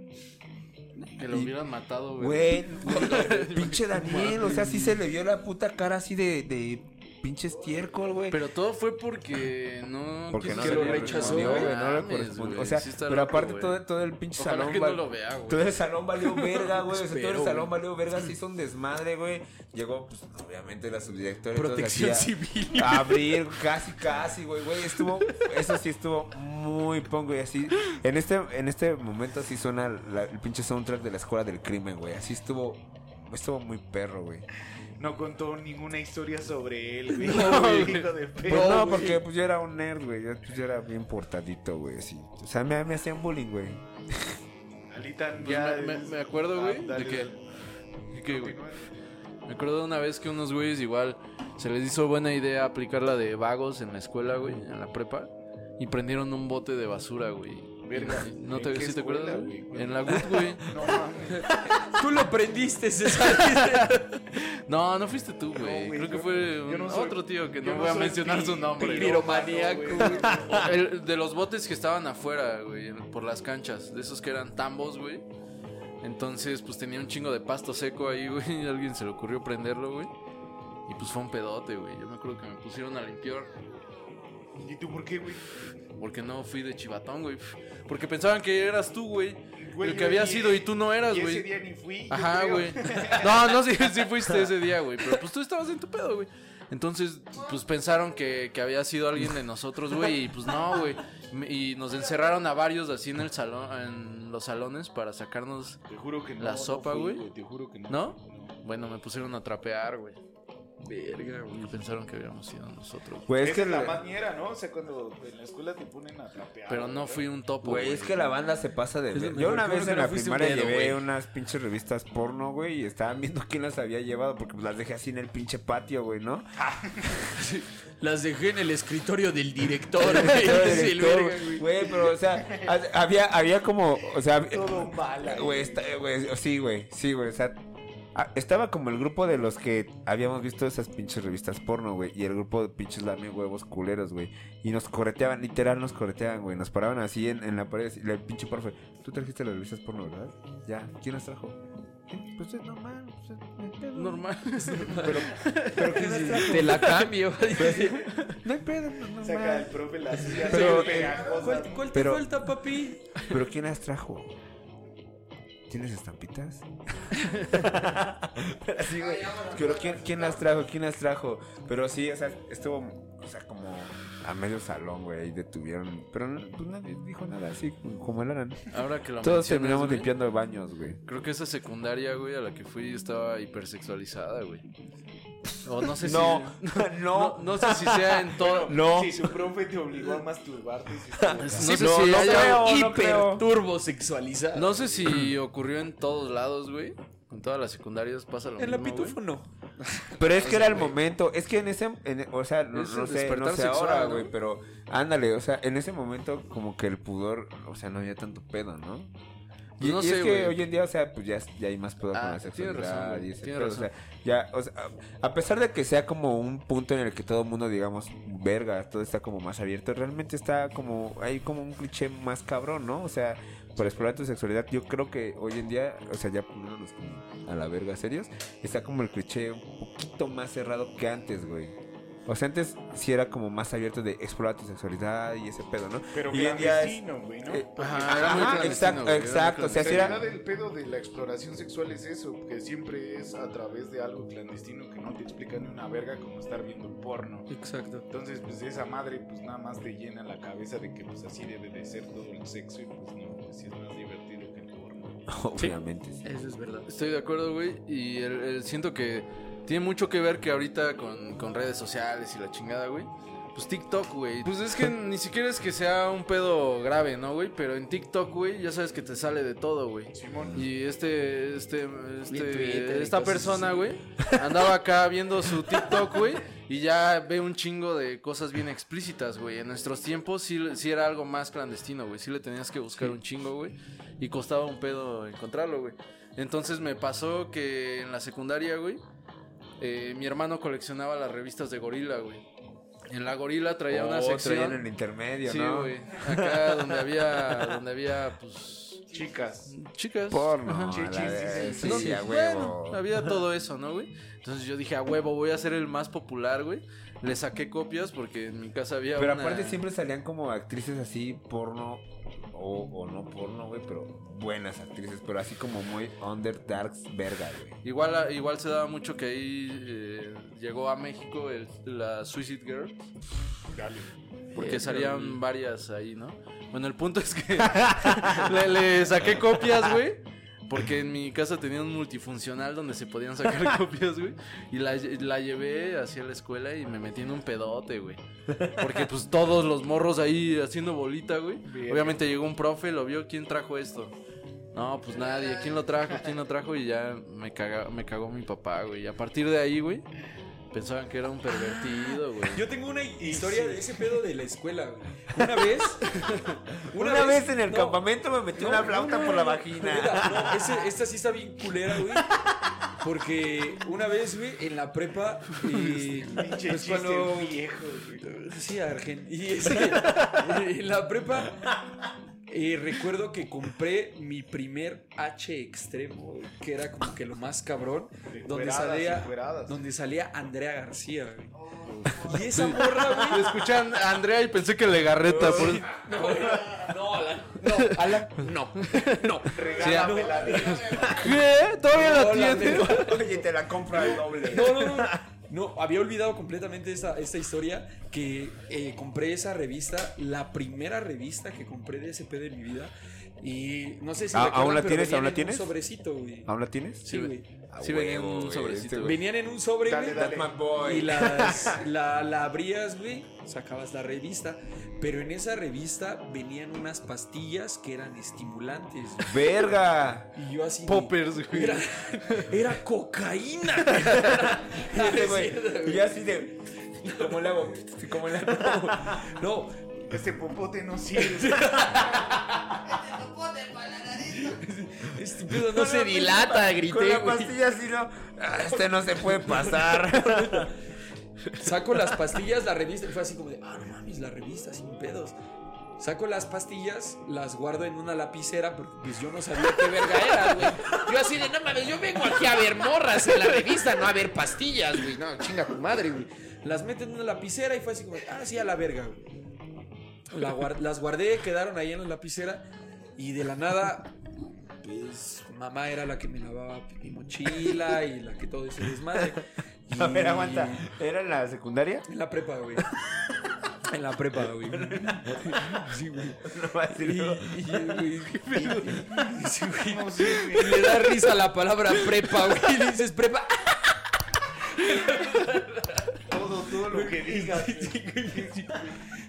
Speaker 3: Que lo hubieran matado, güey.
Speaker 2: Güey, güey, pinche Daniel. O sea, sí se le vio la puta cara así de, de pinche estiércol, güey.
Speaker 3: Pero todo fue porque no.
Speaker 2: Porque
Speaker 3: quiso
Speaker 2: no
Speaker 5: que
Speaker 2: se
Speaker 5: lo
Speaker 2: le
Speaker 3: salir,
Speaker 5: rechazó,
Speaker 2: correspondió,
Speaker 5: güey,
Speaker 2: güey, no le
Speaker 3: Ah, Mames,
Speaker 2: correspondió.
Speaker 3: güey,
Speaker 2: O sea,
Speaker 3: sí está
Speaker 2: pero
Speaker 3: loco,
Speaker 2: aparte
Speaker 3: güey.
Speaker 2: todo, todo el pinche
Speaker 3: Ojalá
Speaker 2: salón.
Speaker 3: que no
Speaker 2: val-
Speaker 3: lo vea, güey.
Speaker 2: Todo el salón valió verga, güey. O sea, todo
Speaker 5: Espero,
Speaker 2: el salón valió verga, se hizo un desmadre, güey. Llegó, pues, obviamente la subdirectora. y todos
Speaker 5: Protección
Speaker 2: así a-
Speaker 5: civil.
Speaker 2: a abrir casi, casi, güey, güey. Estuvo, eso sí estuvo muy pongo y así. En este, en este momento así suena la- el pinche soundtrack de la escuela del crimen, güey. Así estuvo, estuvo muy perro, güey.
Speaker 1: No contó ninguna historia sobre él, güey.
Speaker 3: No, güey.
Speaker 1: Hijo de
Speaker 2: Pues
Speaker 1: perro.
Speaker 2: no, porque pues yo era un nerd, güey. Yo, pues, yo era bien portadito, güey. Así. O sea, me, me hacían bullying, güey.
Speaker 1: Alita
Speaker 3: Pues
Speaker 1: ya
Speaker 3: me, me-
Speaker 1: es-
Speaker 3: me acuerdo,
Speaker 1: Ah,
Speaker 3: güey, de
Speaker 1: dale,
Speaker 3: que
Speaker 1: dale.
Speaker 3: pique, güey. Me acuerdo de una vez que unos güeyes igual se les hizo buena idea aplicar la de vagos en la escuela, güey, en la prepa. Y prendieron un bote de basura, güey.
Speaker 1: Verga.
Speaker 3: Y No te,
Speaker 1: ¿En qué
Speaker 3: ¿sí te
Speaker 1: escuela,
Speaker 3: acuerdas?
Speaker 1: güey?
Speaker 3: güey? En la WUT, güey.
Speaker 1: No mames.
Speaker 5: Tú lo prendiste, César.
Speaker 3: No, no fuiste tú, güey.
Speaker 1: No, güey,
Speaker 3: Creo que
Speaker 1: yo-
Speaker 3: fue
Speaker 1: yo
Speaker 3: un-
Speaker 1: no soy-
Speaker 3: otro tío que
Speaker 1: yo
Speaker 3: no
Speaker 1: no
Speaker 3: voy a
Speaker 1: soy
Speaker 3: mencionar
Speaker 1: pi-
Speaker 3: su nombre. güey.
Speaker 5: Piromaniaco. güey.
Speaker 3: El- de los botes que estaban afuera, güey, en- por las canchas, de esos que eran tambos, güey. Entonces, pues tenía un chingo de pasto seco ahí, güey, y a alguien se le ocurrió prenderlo, güey. Y pues fue un pedote, güey. Yo me acuerdo que me pusieron a limpiar
Speaker 1: ¿Y tú por qué, güey?
Speaker 3: porque no fui de chivatón, güey. Porque pensaban que eras tú, güey.
Speaker 1: Güey,
Speaker 3: El que
Speaker 1: yo
Speaker 3: había
Speaker 1: ni-
Speaker 3: sido y tú no eras,
Speaker 1: Y ese
Speaker 3: güey.
Speaker 1: día ni fui. yo
Speaker 3: Ajá,
Speaker 1: creo.
Speaker 3: güey. No, no, sí, sí fuiste ese día, güey. Pero pues tú estabas en tu pedo, güey. Entonces, pues pensaron que, que había sido alguien de nosotros, güey. Y pues no, güey. Me- Y nos encerraron a varios así en el salón, en los salones para sacarnos.
Speaker 1: Te juro que no.
Speaker 3: La
Speaker 1: no
Speaker 3: sopa,
Speaker 1: fui,
Speaker 3: güey.
Speaker 1: Te juro que no.
Speaker 3: ¿No? Bueno, me pusieron a trapear, güey. Verga, güey. Y pensaron que habíamos sido nosotros. güey.
Speaker 1: Esa
Speaker 2: Güey, Pues es
Speaker 1: Es
Speaker 2: que
Speaker 1: la
Speaker 2: la-
Speaker 1: más ñera, ¿no? O sea, cuando en la escuela te ponen a trapear.
Speaker 3: Pero no fui un topo,
Speaker 2: Güey, pues es que la banda se pasa de...
Speaker 5: Es lo
Speaker 2: ver- Yo
Speaker 5: mejor,
Speaker 2: una
Speaker 5: qué bueno
Speaker 2: vez
Speaker 5: que
Speaker 2: en
Speaker 5: no
Speaker 2: la
Speaker 5: fuiste un
Speaker 2: primaria
Speaker 5: dedo,
Speaker 2: llevé
Speaker 5: güey.
Speaker 2: unas pinches revistas porno, güey, y estaban viendo quién las había llevado, porque pues, las dejé así en el pinche patio, güey, ¿no?
Speaker 5: Las dejé en el escritorio del director. güey. Sí, el verga, güey.
Speaker 2: Güey, Güey, pero, o sea, ha- había, había como, o sea...
Speaker 1: Todo mala.
Speaker 2: Güey, está- güey, sí, güey, sí, güey, o sea... ah, Estaba como el grupo de los que habíamos visto esas pinches revistas porno, güey. Y el grupo de pinches lame huevos culeros, güey. Y nos correteaban, literal nos correteaban, güey. Nos paraban así en, en la pared. Y el pinche profe, tú trajiste las revistas porno, ¿verdad? Ya, ¿quién las trajo? "Eh, Pues es normal, pues es- no hay pedo".
Speaker 3: Normal.
Speaker 2: Pero ¿quién las trajo?
Speaker 5: Te la cambio.
Speaker 2: No hay pedo, no, normal.
Speaker 1: Saca el profe la silla.
Speaker 2: Pero-
Speaker 1: Pero. Pegajosa.
Speaker 5: ¿Cuál te
Speaker 2: Pero-
Speaker 5: falta, papi?
Speaker 2: ¿Pero quién las trajo? ¿Tienes estampitas? Así, güey. Pero ¿quién, quién las trajo? ¿Quién las trajo? Pero sí, o sea, estuvo, o sea, como a medio salón, güey, ahí detuvieron. Pero no, pues nadie dijo nada así, como eran.
Speaker 3: Ahora que lo
Speaker 2: Todos
Speaker 3: mencionas,
Speaker 2: terminamos
Speaker 3: güey.
Speaker 2: limpiando baños, güey.
Speaker 3: Creo que esa secundaria, güey, a la que fui estaba hipersexualizada, güey. O no sé si. No, no sé si sea en todo.
Speaker 2: no.
Speaker 1: Si su profe te obligó a masturbarte. sí estuvo
Speaker 3: No
Speaker 1: mal.
Speaker 3: sé
Speaker 2: no,
Speaker 3: si
Speaker 2: no
Speaker 3: haya-
Speaker 2: creo. no creo.
Speaker 5: Hiper turbo sexualizada.
Speaker 3: no sé si ocurrió en todos lados, güey. En todas las secundarias pasa lo
Speaker 5: en la
Speaker 3: mismo. güey.
Speaker 5: pitufo no.
Speaker 2: Pero es que era el momento, es que en ese, en- o sea, no,
Speaker 3: Es
Speaker 2: no
Speaker 3: el
Speaker 2: sé, no
Speaker 3: despertar
Speaker 2: sé
Speaker 3: sexual,
Speaker 2: ahora,
Speaker 3: ¿no?
Speaker 2: güey, pero ándale, o sea, en ese momento como que el pudor, o sea, no había tanto pedo, ¿no? Y,
Speaker 3: Pues no
Speaker 2: y es
Speaker 3: sé,
Speaker 2: que
Speaker 3: güey.
Speaker 2: hoy en día, o sea, pues ya, ya hay más pedo con
Speaker 3: Ah,
Speaker 2: la
Speaker 3: tienes razón,
Speaker 2: sexualidad
Speaker 3: güey,
Speaker 2: y ese
Speaker 3: tienes
Speaker 2: pedo, o sea, ya, o sea, a a pesar de que sea como un punto en el que todo el mundo digamos, verga, todo está como más abierto, realmente está como, hay como un cliché más cabrón, ¿no? O sea, para explorar tu sexualidad, yo creo que hoy en día, o sea, ya poniéndonos como a la verga serios, está como el cliché un poquito más cerrado que antes, güey. O sea, antes sí era como más abierto de explorar tu sexualidad y ese pedo, ¿no?
Speaker 1: Pero
Speaker 2: y hoy en día es-
Speaker 1: clandestino, güey, ¿no?
Speaker 2: eh,
Speaker 1: Porque-
Speaker 3: Ajá, era muy
Speaker 2: Ajá,
Speaker 3: clandestino,
Speaker 2: exacto,
Speaker 3: güey, era muy
Speaker 2: exacto, o sea,
Speaker 1: En
Speaker 2: sí era-
Speaker 1: realidad el pedo de la exploración sexual es eso, que siempre es a través de algo clandestino que no te explica ni una verga como estar viendo porno.
Speaker 5: Exacto.
Speaker 1: Entonces, pues esa madre pues nada más te llena la cabeza de que pues así debe de ser todo el sexo y pues no, pues sí es más divertido que el porno.
Speaker 2: Obviamente, sí.
Speaker 5: Eso es verdad.
Speaker 3: Estoy de acuerdo, güey. Y el- el- siento que tiene mucho que ver que ahorita con, con redes sociales y la chingada, güey. Pues TikTok, güey. Pues es que ni siquiera es que sea un pedo grave, ¿no, güey? Pero en TikTok, güey, ya sabes que te sale de todo, güey.
Speaker 1: Simón,
Speaker 3: Y este, este,
Speaker 5: Y en Twitter
Speaker 3: este
Speaker 5: y
Speaker 3: esta
Speaker 5: cosas
Speaker 3: persona,
Speaker 5: así.
Speaker 3: güey, andaba acá viendo su TikTok, güey, y ya ve un chingo de cosas bien explícitas, güey. En nuestros tiempos sí, sí era algo más clandestino, güey. Sí le tenías que buscar un chingo, güey, y costaba un pedo encontrarlo, güey. Entonces me pasó que en la secundaria, güey, eh, mi hermano coleccionaba las revistas de Gorila, güey. En la Gorila traía una
Speaker 2: Oh,
Speaker 3: sección.
Speaker 2: traían el intermedio,
Speaker 3: sí,
Speaker 2: ¿no?
Speaker 3: güey. Acá donde había, donde había, pues,
Speaker 1: chicas.
Speaker 3: chicas. Ajá.
Speaker 2: Porno.
Speaker 1: Chichis,
Speaker 2: a la
Speaker 1: sí,
Speaker 2: vez,
Speaker 1: sí,
Speaker 2: sí,
Speaker 3: Entonces,
Speaker 2: a
Speaker 3: bueno,
Speaker 2: huevo.
Speaker 3: había todo eso, ¿no, güey? Entonces yo dije, a huevo, voy a ser el más popular, güey. Le saqué copias porque en mi casa había
Speaker 2: Pero
Speaker 3: una-
Speaker 2: aparte siempre salían como actrices así, porno o, o no porno, güey, pero buenas actrices, pero así como muy underdarks verga, güey.
Speaker 3: Igual, ah, igual se daba mucho que ahí eh, llegó a México el- la Suicide Girl. Porque salían varias ahí, ¿no? Bueno, el punto es que le, le saqué copias, güey. Porque en mi casa tenía un multifuncional donde se podían sacar copias, güey. Y la, lle- la llevé hacia la escuela y me metí en un pedote, güey. Porque pues todos los morros ahí haciendo bolita, güey.
Speaker 1: Verga.
Speaker 3: Obviamente llegó un profe, lo vio, ¿quién trajo esto? No, pues nadie. ¿Quién lo trajo? ¿Quién lo trajo? Y ya me, caga, me cagó mi papá, güey. Y a partir de ahí, güey, pensaban que era un pervertido, güey.
Speaker 4: Yo tengo una historia de ese pedo de la escuela, güey. Una vez.
Speaker 2: Una, vez, en el
Speaker 4: no,
Speaker 2: campamento me metí
Speaker 4: no,
Speaker 2: una
Speaker 4: no,
Speaker 2: flauta
Speaker 4: no,
Speaker 2: por la
Speaker 4: no,
Speaker 2: vagina.
Speaker 4: Mira, no, ese- esta sí está bien culera, güey. Porque una vez, güey, en la prepa. Y,
Speaker 1: Pinche
Speaker 4: pues,
Speaker 1: chiste
Speaker 4: cuando-
Speaker 1: viejo, güey.
Speaker 4: Sí, Argen. Y ese- en la prepa. eh, recuerdo que compré mi primer H extremo, güey, que era como que lo más cabrón. Donde
Speaker 1: Encueradas,
Speaker 4: salía,
Speaker 1: encueradas.
Speaker 4: donde salía Andrea García, güey. Y esa morra, güey.
Speaker 3: Lo escuché a And- a Andrea y pensé que le garreta. Por... eso-
Speaker 4: No, no, Alan. No, Alan, no. No.
Speaker 1: Regálamela.
Speaker 3: ¿Qué? ¿Todavía la
Speaker 4: No, la
Speaker 3: tiene?
Speaker 4: neta.
Speaker 2: Oye, te la compra el doble.
Speaker 4: No, no, no. No, había olvidado completamente esta, esta historia que eh, compré esa revista, la primera revista que compré de SP de mi vida. Y no sé si...
Speaker 2: Ah,
Speaker 4: recuerdan,
Speaker 2: ¿aún la
Speaker 4: pero
Speaker 2: tienes?
Speaker 4: venían
Speaker 2: ¿Aún la
Speaker 4: en
Speaker 2: tienes? Ah,
Speaker 4: Un sobrecito, güey.
Speaker 2: ¿Aún la tienes?
Speaker 4: Sí, güey.
Speaker 3: Sí, venía en un sobrecito, güey.
Speaker 4: Venían en un sobre,
Speaker 1: Dale,
Speaker 4: güey,
Speaker 1: dale.
Speaker 4: Y las, la, la abrías, güey, sacabas la revista. Pero en esa revista venían unas pastillas que eran estimulantes. güey.
Speaker 2: ¡Verga!
Speaker 4: Y yo así... de-
Speaker 3: Poppers, güey.
Speaker 4: Era, era cocaína.
Speaker 2: Dale, güey. Y yo así de. ¿Cómo le hago? ¿Cómo le hago?
Speaker 4: No,
Speaker 1: Este popote no sirve.
Speaker 4: este pedo no se
Speaker 2: dilata,
Speaker 4: grité,
Speaker 2: Con la
Speaker 4: güey.
Speaker 2: pastilla así no. Ah, Este no se puede pasar.
Speaker 4: Saco las pastillas, la revista. Y fue así como de, ah, no mames, la revista, sin pedos. Saco las pastillas, las guardo en una lapicera, porque pues yo no sabía qué verga era, güey. Yo así de, no mames, yo vengo aquí a ver morras en la revista, no a ver pastillas, güey. No, chinga tu madre, güey. Las meto en una lapicera y fue así como, ah, sí, a la verga, güey. La guar- las guardé, quedaron ahí en la lapicera y de la nada, pues mamá era la que me lavaba mi mochila y la que todo ese desmadre. Y-
Speaker 2: A ver, aguanta. ¿Era en la secundaria?
Speaker 4: en la prepa, güey. En la prepa, güey. Sí, güey.
Speaker 2: No va a
Speaker 4: Y,
Speaker 2: decir
Speaker 4: y,
Speaker 2: luego.
Speaker 4: güey, y- sí, güey.
Speaker 1: No sirve.
Speaker 4: Y le da risa la palabra prepa, güey. Y le dices prepa.
Speaker 1: Todo, todo lo que digas.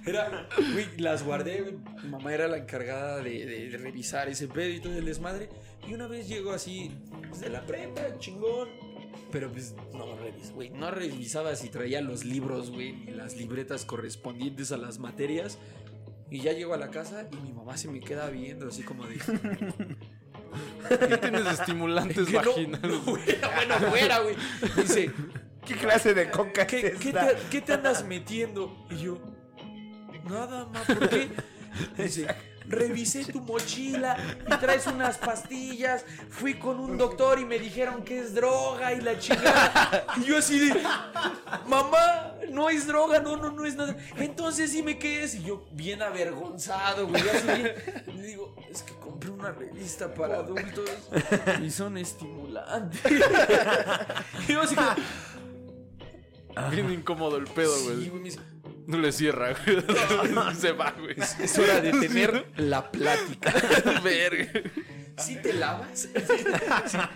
Speaker 4: Era, güey, las guardé, güey. Mi Mamá era la encargada de, de- de revisar ese pedo y todo el desmadre. Y una vez llegó así, pues, de la prepa, chingón. Pero pues no revis, güey. No revisaba si traía los libros, güey, ni las libretas correspondientes a las materias. Y ya llego a la casa y mi mamá se me queda viendo así como de...
Speaker 3: ¿Qué tienes de estimulantes
Speaker 4: que no-
Speaker 3: vaginales?
Speaker 4: no, güey, ah, bueno, fuera, güey. Dice,
Speaker 2: ¿Qué clase de coca
Speaker 4: ¿qué,
Speaker 2: es
Speaker 4: qué
Speaker 2: esta?
Speaker 4: te, qué te andas metiendo? Y yo, nada, ma, ¿por qué? Dice, revisé tu mochila y traes unas pastillas. Fui con un doctor y me dijeron que es droga y la chingada. Y yo así de, mamá, no es droga, no, no, no es nada. Entonces dime qué es. Y yo, bien avergonzado, güey. Así bien, le digo, es que compré una revista para adultos y son estimulantes. Y yo así como,
Speaker 3: Bien incómodo el pedo,
Speaker 4: sí,
Speaker 3: güey.
Speaker 4: güey, me dice,
Speaker 3: No le cierra, güey. Se va, güey.
Speaker 4: Es hora de tener la plática.
Speaker 3: Verga.
Speaker 4: ¿Sí te lavas? ¿Sí,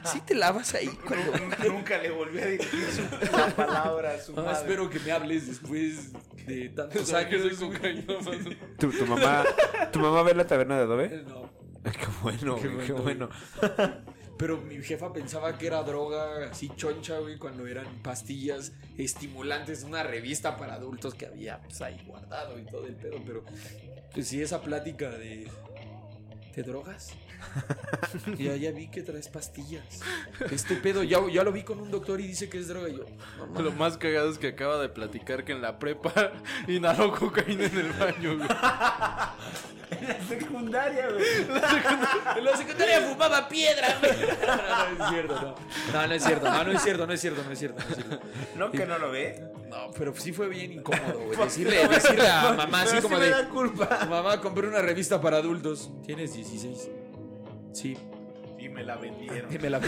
Speaker 4: sí te lavas ahí? cuando-
Speaker 1: Nunca- Nunca le volví a dirigir su- la palabra a su
Speaker 4: Ah,
Speaker 1: madre.
Speaker 4: espero que me hables después de
Speaker 3: O
Speaker 4: tantos
Speaker 3: sea, que
Speaker 4: años.
Speaker 3: soy cocaína, mano.
Speaker 2: ¿Tu, tu mamá, ¿Tu mamá ve la taberna de Adobe?
Speaker 4: No.
Speaker 2: Qué bueno,
Speaker 4: Qué
Speaker 2: güey, qué
Speaker 4: bueno.
Speaker 2: bueno.
Speaker 4: Pero mi jefa pensaba que era droga así choncha, güey, cuando eran pastillas estimulantes, una revista para adultos que había pues, ahí guardado y todo el pedo. Pero pues sí, esa plática de. ¿Te drogas? ya, ya vi que traes pastillas. Este pedo, ya, ya lo vi con un doctor y dice que es droga. Y yo, no mames.
Speaker 3: Lo más cagado es que acaba de platicar que en la prepa inhaló cocaína en el baño, güey.
Speaker 2: Secundaria, güey.
Speaker 4: En la secundaria fumaba piedra. No, no es cierto, no. No, no es cierto, no, no es cierto, no es cierto, no es cierto. No, es cierto.
Speaker 2: ¿No que no lo ve?
Speaker 4: No, pero sí fue bien incómodo, güey. Decirle, decirle a mamá así
Speaker 2: Pero
Speaker 4: como
Speaker 2: sí me
Speaker 4: de.
Speaker 2: da culpa.
Speaker 4: Mamá, compré una revista para adultos. Tienes 16. Sí.
Speaker 1: Y me la vendieron.
Speaker 4: Y me la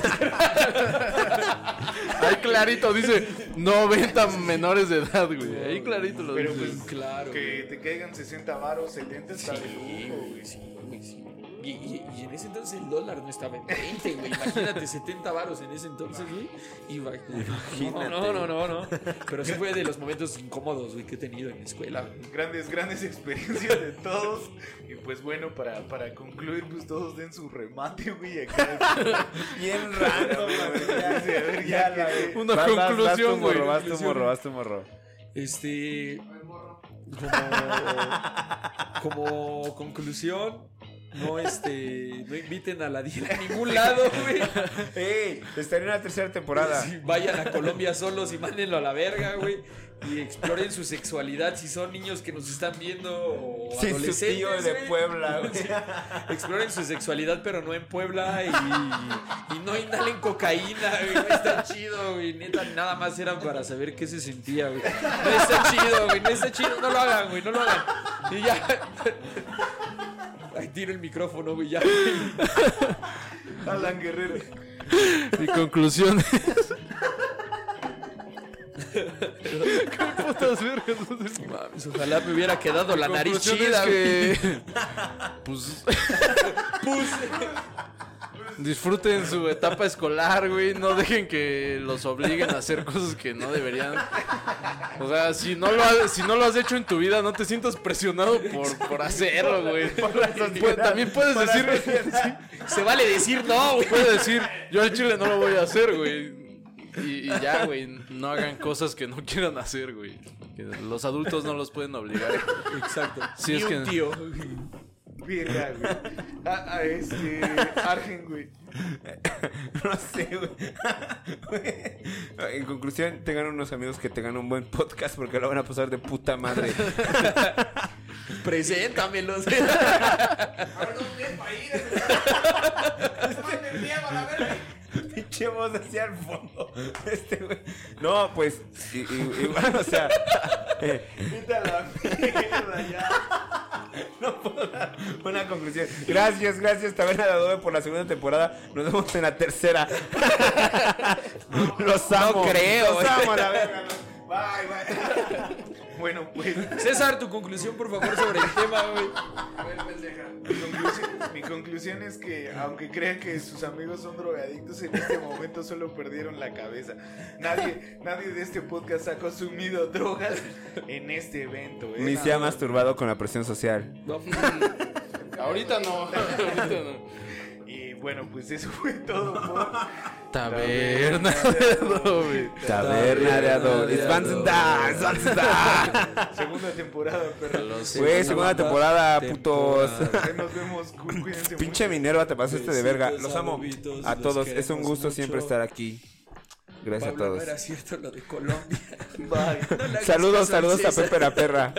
Speaker 3: Ahí clarito dice 90 menores de edad, güey. Ahí clarito lo
Speaker 1: Pero
Speaker 3: dice.
Speaker 1: pues,
Speaker 4: Claro.
Speaker 1: que te caigan 60 varos, 70 está de lujo, güey.
Speaker 4: Sí, güey, sí. Y, y- y en ese entonces el dólar no estaba en 20, güey. Imagínate, 70 varos en ese entonces, güey. Iba-
Speaker 2: Imagínate.
Speaker 4: No, no, no, no. Pero sí fue de los momentos incómodos, güey, que he tenido en la escuela, güey.
Speaker 1: Grandes, grandes experiencias de todos. Y pues bueno, para, para concluir, pues todos den su remate, güey. Acá.
Speaker 2: Bien raro,
Speaker 1: Ya, sí, a ver, ya, que-
Speaker 3: Una conclusión, güey.
Speaker 2: Vas tu morro, vas tu morro.
Speaker 4: Este. Como, como conclusión, no este. No inviten a la DIL a ningún lado, güey.
Speaker 2: ¡Ey! Estaría en la tercera temporada.
Speaker 4: Si vayan a Colombia solos y mándenlo a la verga, güey. Y exploren su sexualidad si son niños que nos están viendo o
Speaker 2: Sí,
Speaker 4: adolescentes.
Speaker 2: su tío de
Speaker 4: güey.
Speaker 2: Puebla, güey.
Speaker 4: Sí. Exploren su sexualidad, pero no en Puebla. Y, y no inhalen cocaína, güey. No está chido, güey. Neta, nada más era para saber qué se sentía, güey. No está chido, güey. No está chido. No lo hagan, güey. No lo hagan. Y ya. Ay, tiro el micrófono, güey. Ya. Pues
Speaker 1: Alan Guerrero.
Speaker 3: Mi conclusión es. ¿Qué putas vergas?
Speaker 4: Mames, ojalá me hubiera quedado la nariz
Speaker 3: Conclusión
Speaker 4: chida,
Speaker 3: es
Speaker 4: güey.
Speaker 3: que, pues, disfruten su etapa escolar, güey. No dejen que los obliguen a hacer cosas que no deberían. O sea, si no lo has, si no lo has hecho en tu vida, no te sientas presionado por, por hacerlo, güey. Pu- También puedes decir,
Speaker 4: Se vale decir no, güey.
Speaker 3: puedes decir, yo al chile no lo voy a hacer, güey. Y, y ya, güey, no hagan cosas que no quieran hacer, güey. Que Los adultos no los pueden obligar.
Speaker 4: Exacto.
Speaker 3: Si es que...
Speaker 4: tío.
Speaker 1: Verga, güey. A, a este. Argen, güey.
Speaker 2: No sé, güey. güey. En conclusión, tengan unos amigos que tengan un buen podcast porque lo van a pasar de puta madre.
Speaker 4: Preséntamelos.
Speaker 7: Ahora no es para ir. Manden miedo a la verga.
Speaker 2: Pinche voz hacia el fondo. Este, güey. No, pues, i- i- igual, o sea,
Speaker 1: Vete a la mierda ya.
Speaker 2: una conclusión. Gracias, gracias, Taberna de Adobe, por la segunda temporada. Nos vemos en la tercera. Los amo.
Speaker 4: creo, eh.
Speaker 2: Los
Speaker 4: güey.
Speaker 2: amo a la verga.
Speaker 1: Bye, bye. Bueno, pues.
Speaker 4: César, tu conclusión, por favor, sobre el tema, güey.
Speaker 7: A ver, pendeja.
Speaker 1: Mi conclusión, mi conclusión es que, aunque crean que sus amigos son drogadictos, en este momento solo perdieron la cabeza. Nadie, nadie de este podcast ha consumido drogas en este evento. ¿eh?
Speaker 2: Ni se ha masturbado con la presión social.
Speaker 3: Ahorita no. Ahorita no.
Speaker 1: Y bueno, pues eso fue todo por
Speaker 3: Taberna de adobe.
Speaker 2: Taberna de Adobe. It's Vans Da, it's Vans Da.
Speaker 1: segunda temporada, pero
Speaker 2: Güey, segunda temporada, putos.
Speaker 1: ahí nos vemos. cu- Cuídense
Speaker 2: Pinche
Speaker 1: mucho.
Speaker 2: Minerva, te pasaste de verga. Los amo
Speaker 4: adobitos,
Speaker 2: a
Speaker 4: los
Speaker 2: todos. Es un
Speaker 4: queremos
Speaker 2: gusto
Speaker 4: mucho.
Speaker 2: siempre estar aquí. Gracias a
Speaker 4: Pablo, no
Speaker 2: todos.
Speaker 4: era cierto lo de Colombia.
Speaker 1: Bye.
Speaker 4: No le hagas
Speaker 2: Saludos,
Speaker 4: caso al
Speaker 2: saludos a
Speaker 4: César.
Speaker 2: Pepe la Perra.